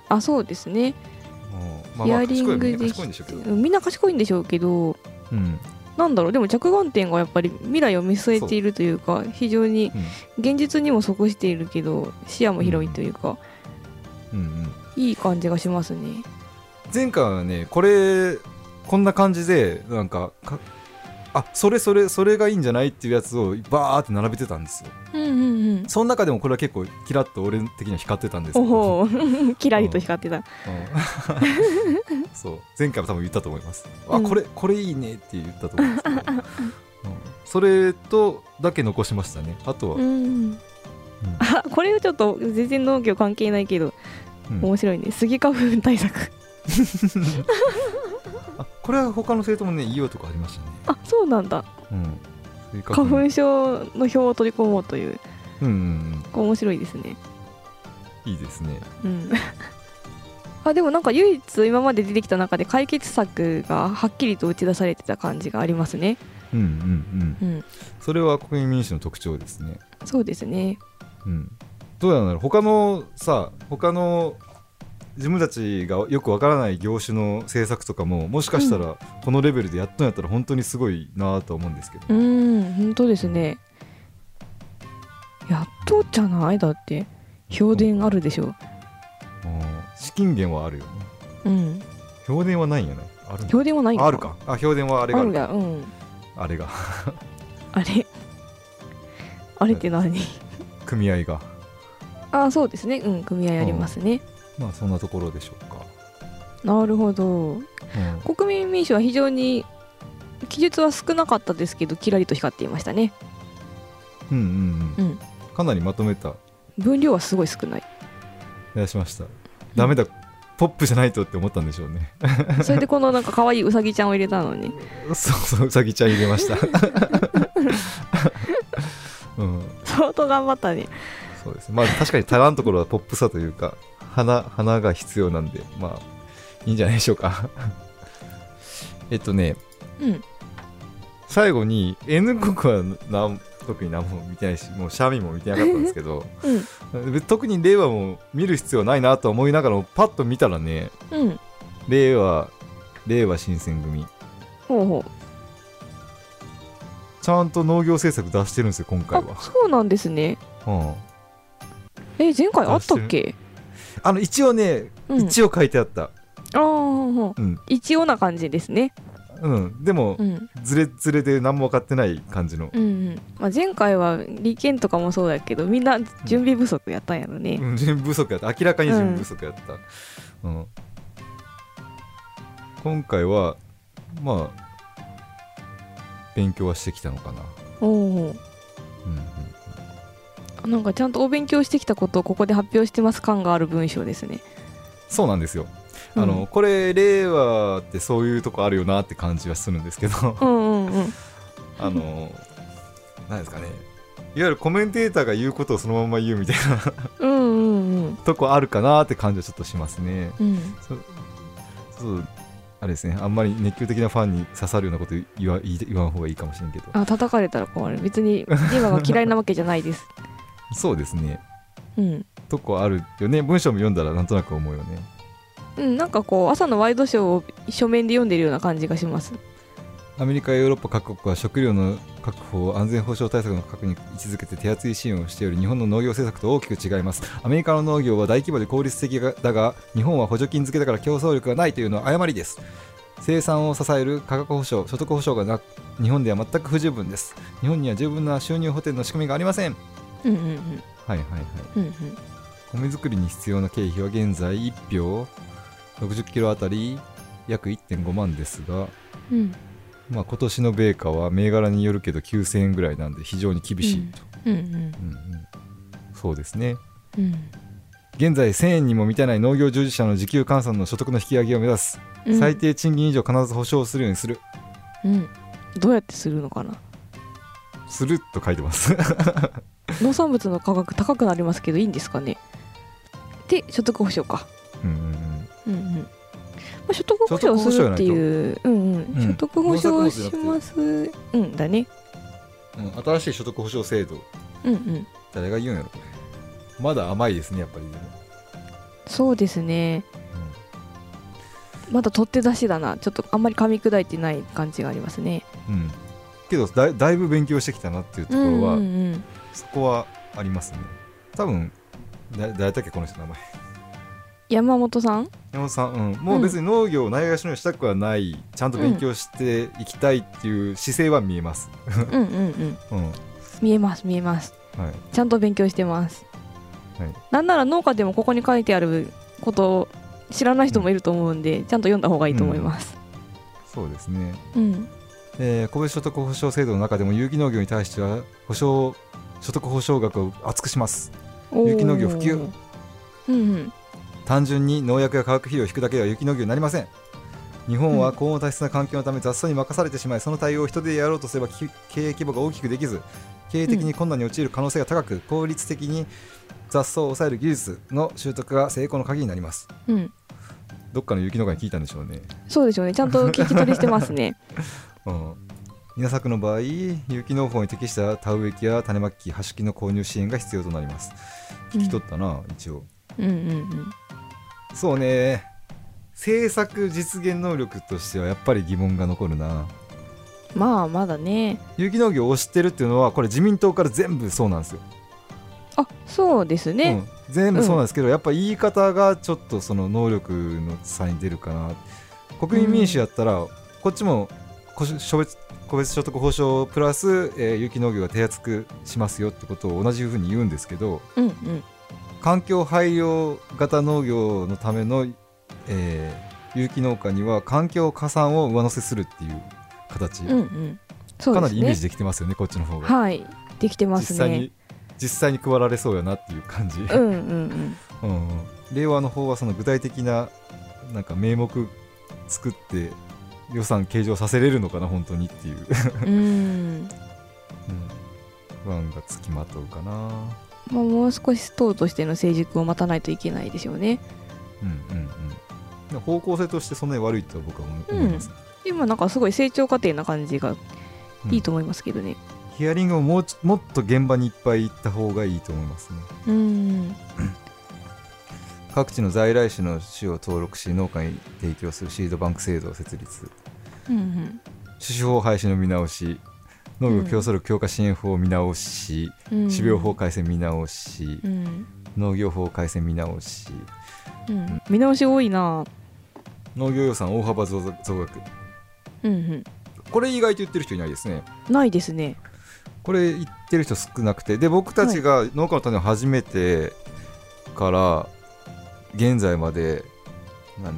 [SPEAKER 1] あそうですね
[SPEAKER 2] うんまあ、
[SPEAKER 1] ヒ
[SPEAKER 2] ま
[SPEAKER 1] ア
[SPEAKER 2] あ
[SPEAKER 1] リ
[SPEAKER 2] 賢い
[SPEAKER 1] ン
[SPEAKER 2] はみ
[SPEAKER 1] グ
[SPEAKER 2] んな
[SPEAKER 1] で
[SPEAKER 2] 賢いんで
[SPEAKER 1] き
[SPEAKER 2] しょう
[SPEAKER 1] て
[SPEAKER 2] けど、
[SPEAKER 1] うんみんな賢いんでしょうけど
[SPEAKER 2] うん
[SPEAKER 1] なんだろうでも着眼点がやっぱり未来を見据えているというか非常に
[SPEAKER 2] うん
[SPEAKER 1] 現実にも即しているけど視野も広いというか、
[SPEAKER 2] うんうん、
[SPEAKER 1] いい感じがしますね。
[SPEAKER 2] 前回はねこれこんな感じでなんかかあそれそれそれがいいんじゃないっていうやつをバーって並べてたんですよ
[SPEAKER 1] うんうんうん
[SPEAKER 2] その中でもこれは結構キラッと俺的には光ってたんですけ
[SPEAKER 1] お
[SPEAKER 2] ど、
[SPEAKER 1] ほうキラリと光ってた
[SPEAKER 2] うん そう前回も多分言ったと思います、
[SPEAKER 1] うん
[SPEAKER 2] あこれこれいいねって言ったと思うんですけど、うんそれとだけ残しましたねあとは、
[SPEAKER 1] うんうんあこれはちょっと全然農業関係ないけど
[SPEAKER 2] うん
[SPEAKER 1] 面白いねスギ花粉対策
[SPEAKER 2] あこれは他の生徒もねいいよとかありましたね
[SPEAKER 1] あそうなんだ
[SPEAKER 2] うん追加
[SPEAKER 1] 花粉症の表を取り込もうという
[SPEAKER 2] うんうん
[SPEAKER 1] こう面白いですね
[SPEAKER 2] うんいいですね
[SPEAKER 1] うん あでもなんか唯一今まで出てきた中で解決策がはっきりと打ち出されてた感じがありますね
[SPEAKER 2] うんうんうん
[SPEAKER 1] うん
[SPEAKER 2] それは国民民主の特徴ですね
[SPEAKER 1] そうですね
[SPEAKER 2] うんどうなんだろう他のさ他の自分たちがよくわからない業種の政策とかももしかしたらこのレベルでやっとんやったら本当にすごいなとは思うんですけど、
[SPEAKER 1] うん本当ですねやっとじゃないだって氷電あるでしょ
[SPEAKER 2] うん資金源はあるよね
[SPEAKER 1] うん
[SPEAKER 2] 評伝はないんやねあるんだ
[SPEAKER 1] 氷電はないの
[SPEAKER 2] あるかあ評伝はあれが
[SPEAKER 1] あ
[SPEAKER 2] あ
[SPEAKER 1] る
[SPEAKER 2] るか
[SPEAKER 1] がうん
[SPEAKER 2] あれが
[SPEAKER 1] あれあれって何
[SPEAKER 2] 組合が
[SPEAKER 1] あそうですねうん組合ありますね
[SPEAKER 2] まあそんなところでしょうか、
[SPEAKER 1] なるほど
[SPEAKER 2] うん
[SPEAKER 1] 国民民主は非常に記述は少なかったですけどキラリと光っていましたね
[SPEAKER 2] うんうんうん、
[SPEAKER 1] うん
[SPEAKER 2] かなりまとめた
[SPEAKER 1] 分量はすごい少ない
[SPEAKER 2] 気がしましたダメだポップじゃないとって思ったんでしょうね
[SPEAKER 1] それでこのなんか可愛いうさぎちゃんを入れたのに
[SPEAKER 2] そうそううさぎちゃん入れましたうん
[SPEAKER 1] 相当頑張ったね
[SPEAKER 2] そうですねまあ確かに足らんところはポップさというか花花が必要なんでまあいいんじゃないでしょうか えっとね
[SPEAKER 1] うん
[SPEAKER 2] 最後に N 国はなん特に何も見てないしもうシャミも見てなかったんですけど 特に令和も見る必要ないなとは思いながらもパッと見たらね
[SPEAKER 1] うんうん
[SPEAKER 2] 令和令和新選組
[SPEAKER 1] ほうほう
[SPEAKER 2] ちゃんと農業政策出してるんですよ今回
[SPEAKER 1] あ
[SPEAKER 2] は、
[SPEAKER 1] そうなんですね
[SPEAKER 2] うん、
[SPEAKER 1] え前回あったっけ
[SPEAKER 2] あの一応ね、
[SPEAKER 1] うん
[SPEAKER 2] 一応書いてあった
[SPEAKER 1] ああほうほう
[SPEAKER 2] うん、
[SPEAKER 1] 一応な感じですね
[SPEAKER 2] うん、でも、
[SPEAKER 1] うん
[SPEAKER 2] ズレズレで何も分かってない感じの、
[SPEAKER 1] うんうんまあ前回は利権とかもそうだけどみんな準備不足やったんやろね
[SPEAKER 2] うん、準備不足やった明らかに準備不足やった、うん今回はまあ勉強はしてきたのかな、
[SPEAKER 1] おお
[SPEAKER 2] うん
[SPEAKER 1] なんかちゃんとお勉強してきたことをここで発表してます感がある文章ですね
[SPEAKER 2] そうなんですよあの、これ令和ってそういうとこあるよなって感じはするんですけ ど
[SPEAKER 1] うんうんうん
[SPEAKER 2] あの何ですかねいわゆるコメンテーターが言うことをそのまま言うみたいな
[SPEAKER 1] うんうんうん
[SPEAKER 2] とこあるかなって感じはちょっとしますね。
[SPEAKER 1] うん
[SPEAKER 2] そうあれですねあんまり熱狂的なファンに刺さるようなこと言わ言い言わん方がいいかもしれんけど
[SPEAKER 1] あ叩かれたら困る別に今が嫌いなわけじゃないです
[SPEAKER 2] そうですね
[SPEAKER 1] うん
[SPEAKER 2] とこあるよね文章も読んだらなんとなく思うよね。
[SPEAKER 1] うん、なんかこう朝のワイドショーを書面で読んでるような感じがします。
[SPEAKER 2] アメリカやヨーロッパ各国は食料の確保を安全保障対策の確認に位置づけて手厚い支援をしており日本の農業政策と大きく違いますアメリカの農業は大規模で効率的だが日本は補助金付けだから競争力がないというのは誤りです生産を支える価格保障所得保障がな日本では全く不十分です日本には十分な収入補填の仕組みがありません
[SPEAKER 1] うんうんうん
[SPEAKER 2] はいはいはい
[SPEAKER 1] うんうん
[SPEAKER 2] 米作りに必要な経費は現在1票60キロあたり約1.5万ですが
[SPEAKER 1] うん
[SPEAKER 2] まあ、今年の米価は銘柄によるけど9000円ぐらいなんで非常に厳しいと、
[SPEAKER 1] うんうん
[SPEAKER 2] うんうんそうですね
[SPEAKER 1] うん
[SPEAKER 2] 現在1000円にも満たない農業従事者の時給換算の所得の引き上げを目指す、
[SPEAKER 1] うん
[SPEAKER 2] 最低賃金以上必ず保障するようにする
[SPEAKER 1] うんどうやってするのかな
[SPEAKER 2] すると書いてます
[SPEAKER 1] 農産物の価格高くなりますけどいいんですかねで所得保障か
[SPEAKER 2] うんうんうん
[SPEAKER 1] うんうん、まあ、所得保障するっていううんうん
[SPEAKER 2] うん
[SPEAKER 1] 所得保障
[SPEAKER 2] 農
[SPEAKER 1] し
[SPEAKER 2] 作物
[SPEAKER 1] ますうんだね
[SPEAKER 2] うん新しい所得保障制度
[SPEAKER 1] うんうん
[SPEAKER 2] 誰が言うんやろこれまだ甘いですねやっぱりでも、
[SPEAKER 1] そうですねまだ取って出しだなちょっとあんまり噛み砕いてない感じがありますね
[SPEAKER 2] うんうんけどだいだいぶ勉強してきたなっていうところは、
[SPEAKER 1] うんうんうん
[SPEAKER 2] そこはありますね多分だ誰だっけこの人の名前
[SPEAKER 1] 山本さん
[SPEAKER 2] 山本さん、うん、もう別に農業をないがしろにしたくはない、ちゃんと勉強していきたいっていう姿勢は見えます。
[SPEAKER 1] うんうんうん
[SPEAKER 2] うん、は
[SPEAKER 1] 見えます見えます
[SPEAKER 2] い、
[SPEAKER 1] ちゃんと勉強してます、
[SPEAKER 2] はい
[SPEAKER 1] なんなら農家でもここに書いてあることを知らない人もいると思うんで、ちゃんと読んだ方がいいと思います
[SPEAKER 2] そうですね。
[SPEAKER 1] うん
[SPEAKER 2] えー、戸所得保障制度の中でも有機農業に対しては保障所得保障額を厚くします
[SPEAKER 1] おー
[SPEAKER 2] 有機農業普及
[SPEAKER 1] うんうん
[SPEAKER 2] 単純に農薬や化学肥料を引くだけでは有機農業になりません日本は高温多湿な環境のため雑草に任されてしまいその対応を人手でやろうとすればき経営規模が大きくできず経営的に困難に陥る可能性が高く効率的に雑草を抑える技術の習得が成功の鍵になります
[SPEAKER 1] うん
[SPEAKER 2] どっかの有機農家に聞いたんでしょうね
[SPEAKER 1] そうでしょうねちゃんと聞き取りしてます ね
[SPEAKER 2] うん稲作の場合有機農法に適した田植え機や種まき機端式の購入支援が必要となります聞き取ったな、一応
[SPEAKER 1] うんうんうん
[SPEAKER 2] そうね政策実現能力としてはやっぱり疑問が残るな
[SPEAKER 1] まあまだね
[SPEAKER 2] 有機農業を推してるっていうのはこれ自民党から全部そうなんですよ、
[SPEAKER 1] あそうですね、
[SPEAKER 2] うん、全部そうなんですけど、やっぱ言い方がちょっとその能力の差に出るかな国民民主やったら、こっちも個所所別個別所得保障プラス、えー有機農業が手厚くしますよってことを同じふうに言うんですけど、
[SPEAKER 1] うん、うん
[SPEAKER 2] 環境配慮型農業のための、えー有機農家には環境加算を上乗せするっていう形、
[SPEAKER 1] うんうんそうですね
[SPEAKER 2] かなりイメージできてますよねこっちの方が、
[SPEAKER 1] はいできてます
[SPEAKER 2] 実際
[SPEAKER 1] ね
[SPEAKER 2] に実際に配られそうやなっていう感じ、
[SPEAKER 1] うんうん
[SPEAKER 2] うんうん令和の方はその具体的ななんか名目作って予算計上させれるのかな本当にっていう、
[SPEAKER 1] うんうん
[SPEAKER 2] うん不安がつきまとうかな
[SPEAKER 1] まあもう少し党としての成熟を待たないといけないでしょうね
[SPEAKER 2] うんうんうんで方向性としてそんなに悪いとは僕は思思います、
[SPEAKER 1] 今なんかすごい成長過程な感じが
[SPEAKER 2] うん
[SPEAKER 1] いいと思いますけどね
[SPEAKER 2] ヒアリングももうちょもっと現場にいっぱい行った方がいいと思いますね
[SPEAKER 1] うん
[SPEAKER 2] 各地の在来種の種を登録し農家に提供するシードバンク制度を設立
[SPEAKER 1] うん
[SPEAKER 2] 種子法廃止の見直し農業競争力強化支援法見直し、
[SPEAKER 1] うん
[SPEAKER 2] 種苗法改正見直し、
[SPEAKER 1] うん
[SPEAKER 2] 農業法改正見直し
[SPEAKER 1] うん見直し多いな
[SPEAKER 2] 農業予算大幅増増額
[SPEAKER 1] うん
[SPEAKER 2] これ意外と言ってる人いないですね
[SPEAKER 1] うんないですね
[SPEAKER 2] これ言ってる人少なくてで僕たちが農家の種を始めてから現在まで何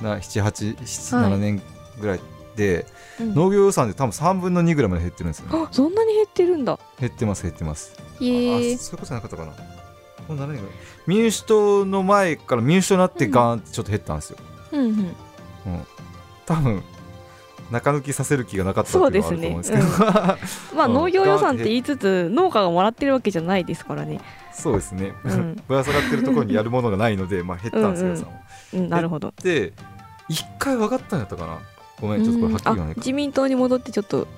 [SPEAKER 2] 年な
[SPEAKER 1] はい
[SPEAKER 2] 787年ぐらいで、
[SPEAKER 1] うん
[SPEAKER 2] 農業予算で多分3分の2ぐらいまで減ってるんですよね
[SPEAKER 1] あそんなに減ってるんだ
[SPEAKER 2] 減ってます減ってます、
[SPEAKER 1] へ
[SPEAKER 2] あ
[SPEAKER 1] え
[SPEAKER 2] そういうことなかったかなもう7年ぐらい民主党の前から民主党になってガーンってちょっと減ったんですよ、
[SPEAKER 1] うんうん
[SPEAKER 2] うん、多分中抜きさせる気がなかったっていうのはあると思うんですけど
[SPEAKER 1] まあ
[SPEAKER 2] うん
[SPEAKER 1] 農業予算って言いつつ農家がもらってるわけじゃないですからね
[SPEAKER 2] そうですね、
[SPEAKER 1] うん
[SPEAKER 2] ぶら下がってるところにやるものがないので、まあ、減ったんです
[SPEAKER 1] うんうん
[SPEAKER 2] よ、予算は
[SPEAKER 1] うんなるほど
[SPEAKER 2] で一回分かったんやったかなごめんちょっとこれはっきり言わ
[SPEAKER 1] うんあ
[SPEAKER 2] ないか
[SPEAKER 1] 自民党に戻ってちょっと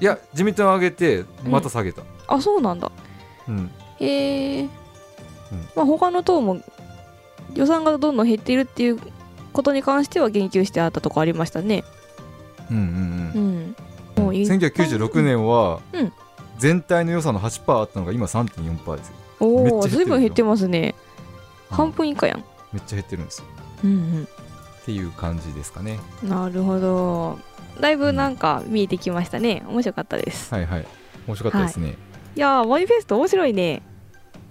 [SPEAKER 2] いや自民党上げてまた下げた、
[SPEAKER 1] あそうなんだ
[SPEAKER 2] うん
[SPEAKER 1] へえまあ他の党も予算がどんどん減っているっていうことに関しては言及してあったとこありましたね
[SPEAKER 2] うんうん
[SPEAKER 1] う
[SPEAKER 2] うん
[SPEAKER 1] んもうい
[SPEAKER 2] 1996年は
[SPEAKER 1] うん
[SPEAKER 2] 全体の予算の8%あったのが今3.4%ですよめっ
[SPEAKER 1] おお
[SPEAKER 2] ちゃ減ってる
[SPEAKER 1] ずいぶん減ってますね
[SPEAKER 2] うん
[SPEAKER 1] 半分以下やん
[SPEAKER 2] めっちゃ減ってるんですよ
[SPEAKER 1] うん
[SPEAKER 2] っていう感じですかね
[SPEAKER 1] うんなるほどだいぶなんか見えてきましたね面白かったです
[SPEAKER 2] はいはい面白かったですね、
[SPEAKER 1] いやーマイフェスト面白いね、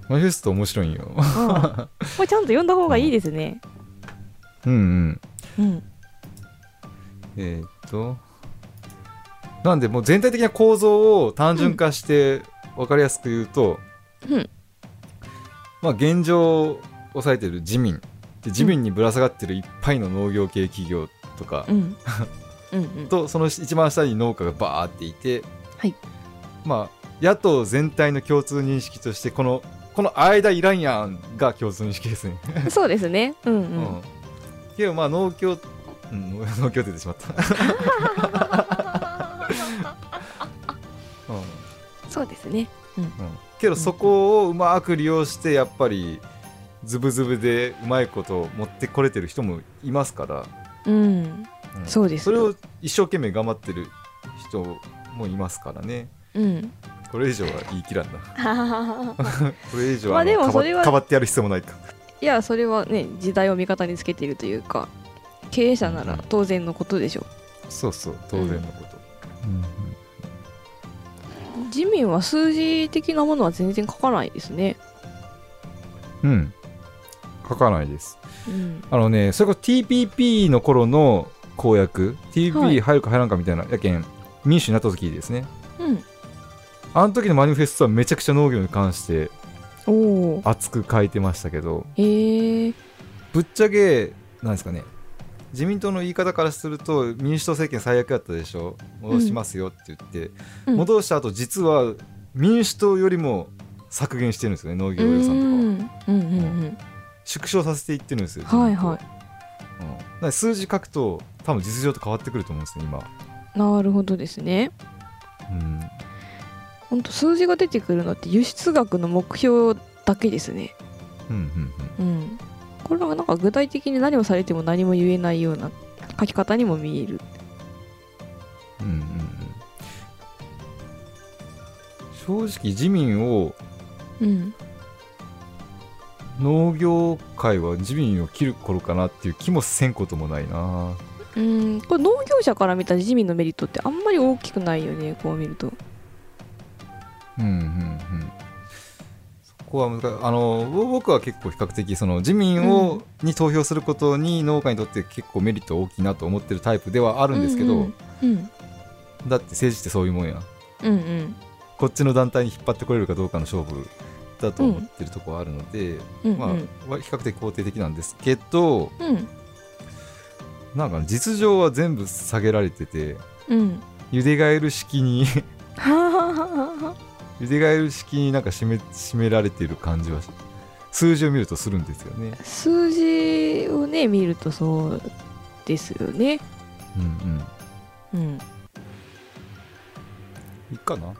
[SPEAKER 2] マニフェスト面白いんよ
[SPEAKER 1] うん、まあちゃんと読んだ方がいいですね
[SPEAKER 2] うんうん
[SPEAKER 1] うん
[SPEAKER 2] えーっとなんでもう全体的な構造を単純化して分かりやすく言うと、
[SPEAKER 1] うん
[SPEAKER 2] まあ、現状を抑えてる自民で自民にぶら下がってるいっぱいの農業系企業とか
[SPEAKER 1] う、んうんうん
[SPEAKER 2] と その一番下に農家がバーっていて、
[SPEAKER 1] はい
[SPEAKER 2] まあ、野党全体の共通認識としてこのこの間いらんやんが共通認識ですね。
[SPEAKER 1] そうですねうんう
[SPEAKER 2] うん
[SPEAKER 1] ん、
[SPEAKER 2] けどまあ農協、うん、農 農協って言ってし まった。うん
[SPEAKER 1] そうですね
[SPEAKER 2] うんけどそこをうまく利用してやっぱりズブズブでうまいことを持ってこれてる人もいますから、
[SPEAKER 1] うん
[SPEAKER 2] うん
[SPEAKER 1] そうです
[SPEAKER 2] それを一生懸命頑張ってる人もいますからね
[SPEAKER 1] うん
[SPEAKER 2] これ以上は言い切らんなこれ以上
[SPEAKER 1] まあ
[SPEAKER 2] はあの
[SPEAKER 1] でも
[SPEAKER 2] かば
[SPEAKER 1] それは
[SPEAKER 2] かばってやる必要もないか
[SPEAKER 1] いやそれはね時代を味方につけているというか経営者なら当然のことでしょ
[SPEAKER 2] そうそう当然のこと、うん
[SPEAKER 1] う自民は数字的なものは全然書かないですね
[SPEAKER 2] うん、うん書かないです
[SPEAKER 1] うん
[SPEAKER 2] あのねそれこそ TPP の頃の公約
[SPEAKER 1] はい
[SPEAKER 2] TPP 入るか入らんかみたいな、やけん民主になった時ですね
[SPEAKER 1] うん
[SPEAKER 2] あの時のマニフェストはめちゃくちゃ農業に関して
[SPEAKER 1] おお
[SPEAKER 2] 熱く書いてましたけど
[SPEAKER 1] へえ
[SPEAKER 2] ぶっちゃけなんですかね自民党の言い方からすると民主党政権最悪だったでしょ戻しますよって言って、
[SPEAKER 1] うん
[SPEAKER 2] 戻した後実は民主党よりも削減してるんですよね農業予
[SPEAKER 1] う
[SPEAKER 2] 算とかを
[SPEAKER 1] んうんうん
[SPEAKER 2] 縮小させていってるんですよ、
[SPEAKER 1] はいはい
[SPEAKER 2] 自民党うんだから数字書くと多分実情と変わってくると思うんですね今、
[SPEAKER 1] うんなるほどですね
[SPEAKER 2] うん、
[SPEAKER 1] ほんと数字が出てくるのって輸出額の目標だけですね
[SPEAKER 2] うんうん
[SPEAKER 1] うんこれはなんか具体的に何をされても何も言えないような書き方にも見える
[SPEAKER 2] うんうんうんうん正直自民を
[SPEAKER 1] うん
[SPEAKER 2] 農業界は自民を切る頃かなっていう気もせんこともないな
[SPEAKER 1] うんこれ農業者から見た自民のメリットってあんまり大きくないよねこう見ると
[SPEAKER 2] うんうんうんそこは難しいあのぼ僕は結構比較的その自民を、に投票することに農家にとって結構メリット大きいなと思ってるタイプではあ
[SPEAKER 1] あ
[SPEAKER 2] るんですけど、
[SPEAKER 1] うんうん
[SPEAKER 2] だって政治ってそういうもんや
[SPEAKER 1] うんうん
[SPEAKER 2] こっちの団体に引っ張ってこれるかどうかの勝負だと思ってるとこはあるので、
[SPEAKER 1] うんうん
[SPEAKER 2] まあ、わ比較的肯定的なんですけど
[SPEAKER 1] うん
[SPEAKER 2] なんか実情は全部下げられてて
[SPEAKER 1] うん
[SPEAKER 2] ゆでガエル式に
[SPEAKER 1] はははは
[SPEAKER 2] ゆでガエル式になんか締め締められてる感じはし数字を見るとするんですよね。
[SPEAKER 1] 数字をね見るとそうですよね
[SPEAKER 2] うんうん
[SPEAKER 1] うん、
[SPEAKER 2] いいかな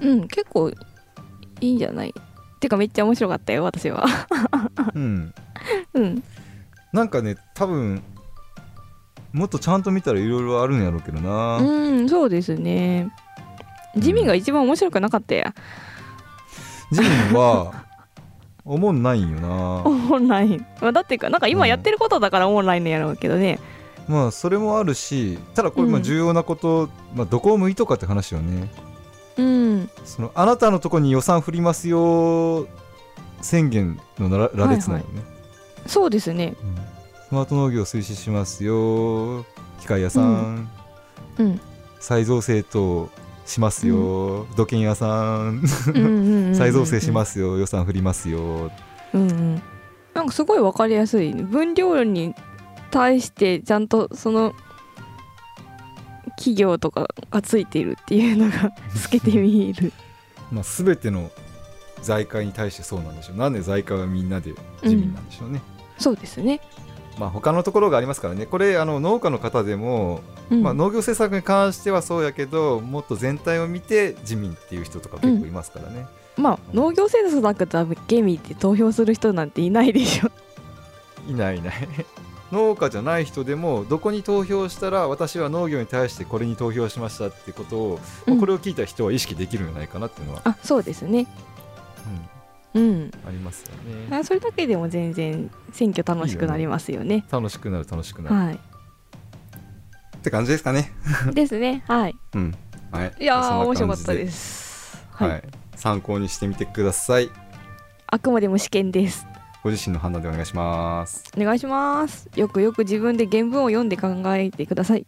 [SPEAKER 1] うん、結構いいんじゃないてかめっちゃ面白かったよ私は
[SPEAKER 2] うん
[SPEAKER 1] うん
[SPEAKER 2] なんかね多分もっとちゃんと見たらいろいろあるんやろうけどな、
[SPEAKER 1] うんそうですね地味が一番面白くなかったや
[SPEAKER 2] ジミン はおもんないんよ
[SPEAKER 1] オ
[SPEAKER 2] な
[SPEAKER 1] ンライン、まあ、だっていうかなんか今
[SPEAKER 2] うん
[SPEAKER 1] やってることだからオンラインのやろうけどね
[SPEAKER 2] まあそれもあるしただこれま
[SPEAKER 1] う
[SPEAKER 2] あ
[SPEAKER 1] ん
[SPEAKER 2] 重要なこと、まあ、どこを向いとかって話よね
[SPEAKER 1] うん
[SPEAKER 2] そのあなたのとこに予算振りますよ宣言のなら羅列なんよね、
[SPEAKER 1] そうですね
[SPEAKER 2] うんスマート農業推進しますよ機械屋さん、
[SPEAKER 1] うん
[SPEAKER 2] 再造成としますよ、土建屋さ
[SPEAKER 1] うんうん
[SPEAKER 2] ん
[SPEAKER 1] うんうん、
[SPEAKER 2] 再造成しますすよ予算振りますよ
[SPEAKER 1] うんうん、なんかすごい分かりやすいね分量に対してちゃんとその企業とかがついているっていうのが透けて見える
[SPEAKER 2] まあ、全ての財界に対してそうなんでしょうなんで財界はみんなで自民なんでしょうね、
[SPEAKER 1] そうですね、
[SPEAKER 2] まあ他のところがありますからねこれあの農家の方でも、
[SPEAKER 1] うん
[SPEAKER 2] まあ、農業政策に関してはそうやけどもっと全体を見て自民っていう人とか結構いますからね、
[SPEAKER 1] まあ農業政策だけだけ見て投票する人なんていないでしょ
[SPEAKER 2] いないいない 農家じゃない人でもどこに投票したら私は農業に対してこれに投票しましたってことを、まあ
[SPEAKER 1] うん
[SPEAKER 2] これを聞いた人は意識できるんじゃないかなっていうのは、
[SPEAKER 1] あそうですねう
[SPEAKER 2] うん
[SPEAKER 1] ん
[SPEAKER 2] ありますよね
[SPEAKER 1] あそれだけでも全然選挙楽しくなりますよね
[SPEAKER 2] 楽しくなる楽しくなる、
[SPEAKER 1] はい
[SPEAKER 2] って感じですかね
[SPEAKER 1] ですねはい
[SPEAKER 2] うんはい
[SPEAKER 1] いや
[SPEAKER 2] そ
[SPEAKER 1] ー
[SPEAKER 2] んな
[SPEAKER 1] 面
[SPEAKER 2] 感じ
[SPEAKER 1] 白かったです
[SPEAKER 2] はい、
[SPEAKER 1] はい、
[SPEAKER 2] 参考にしてみてください。
[SPEAKER 1] あくまでも試験です
[SPEAKER 2] ご自身の判断でお願いします。
[SPEAKER 1] お願いしますよくよく自分で原文を読んで考えてください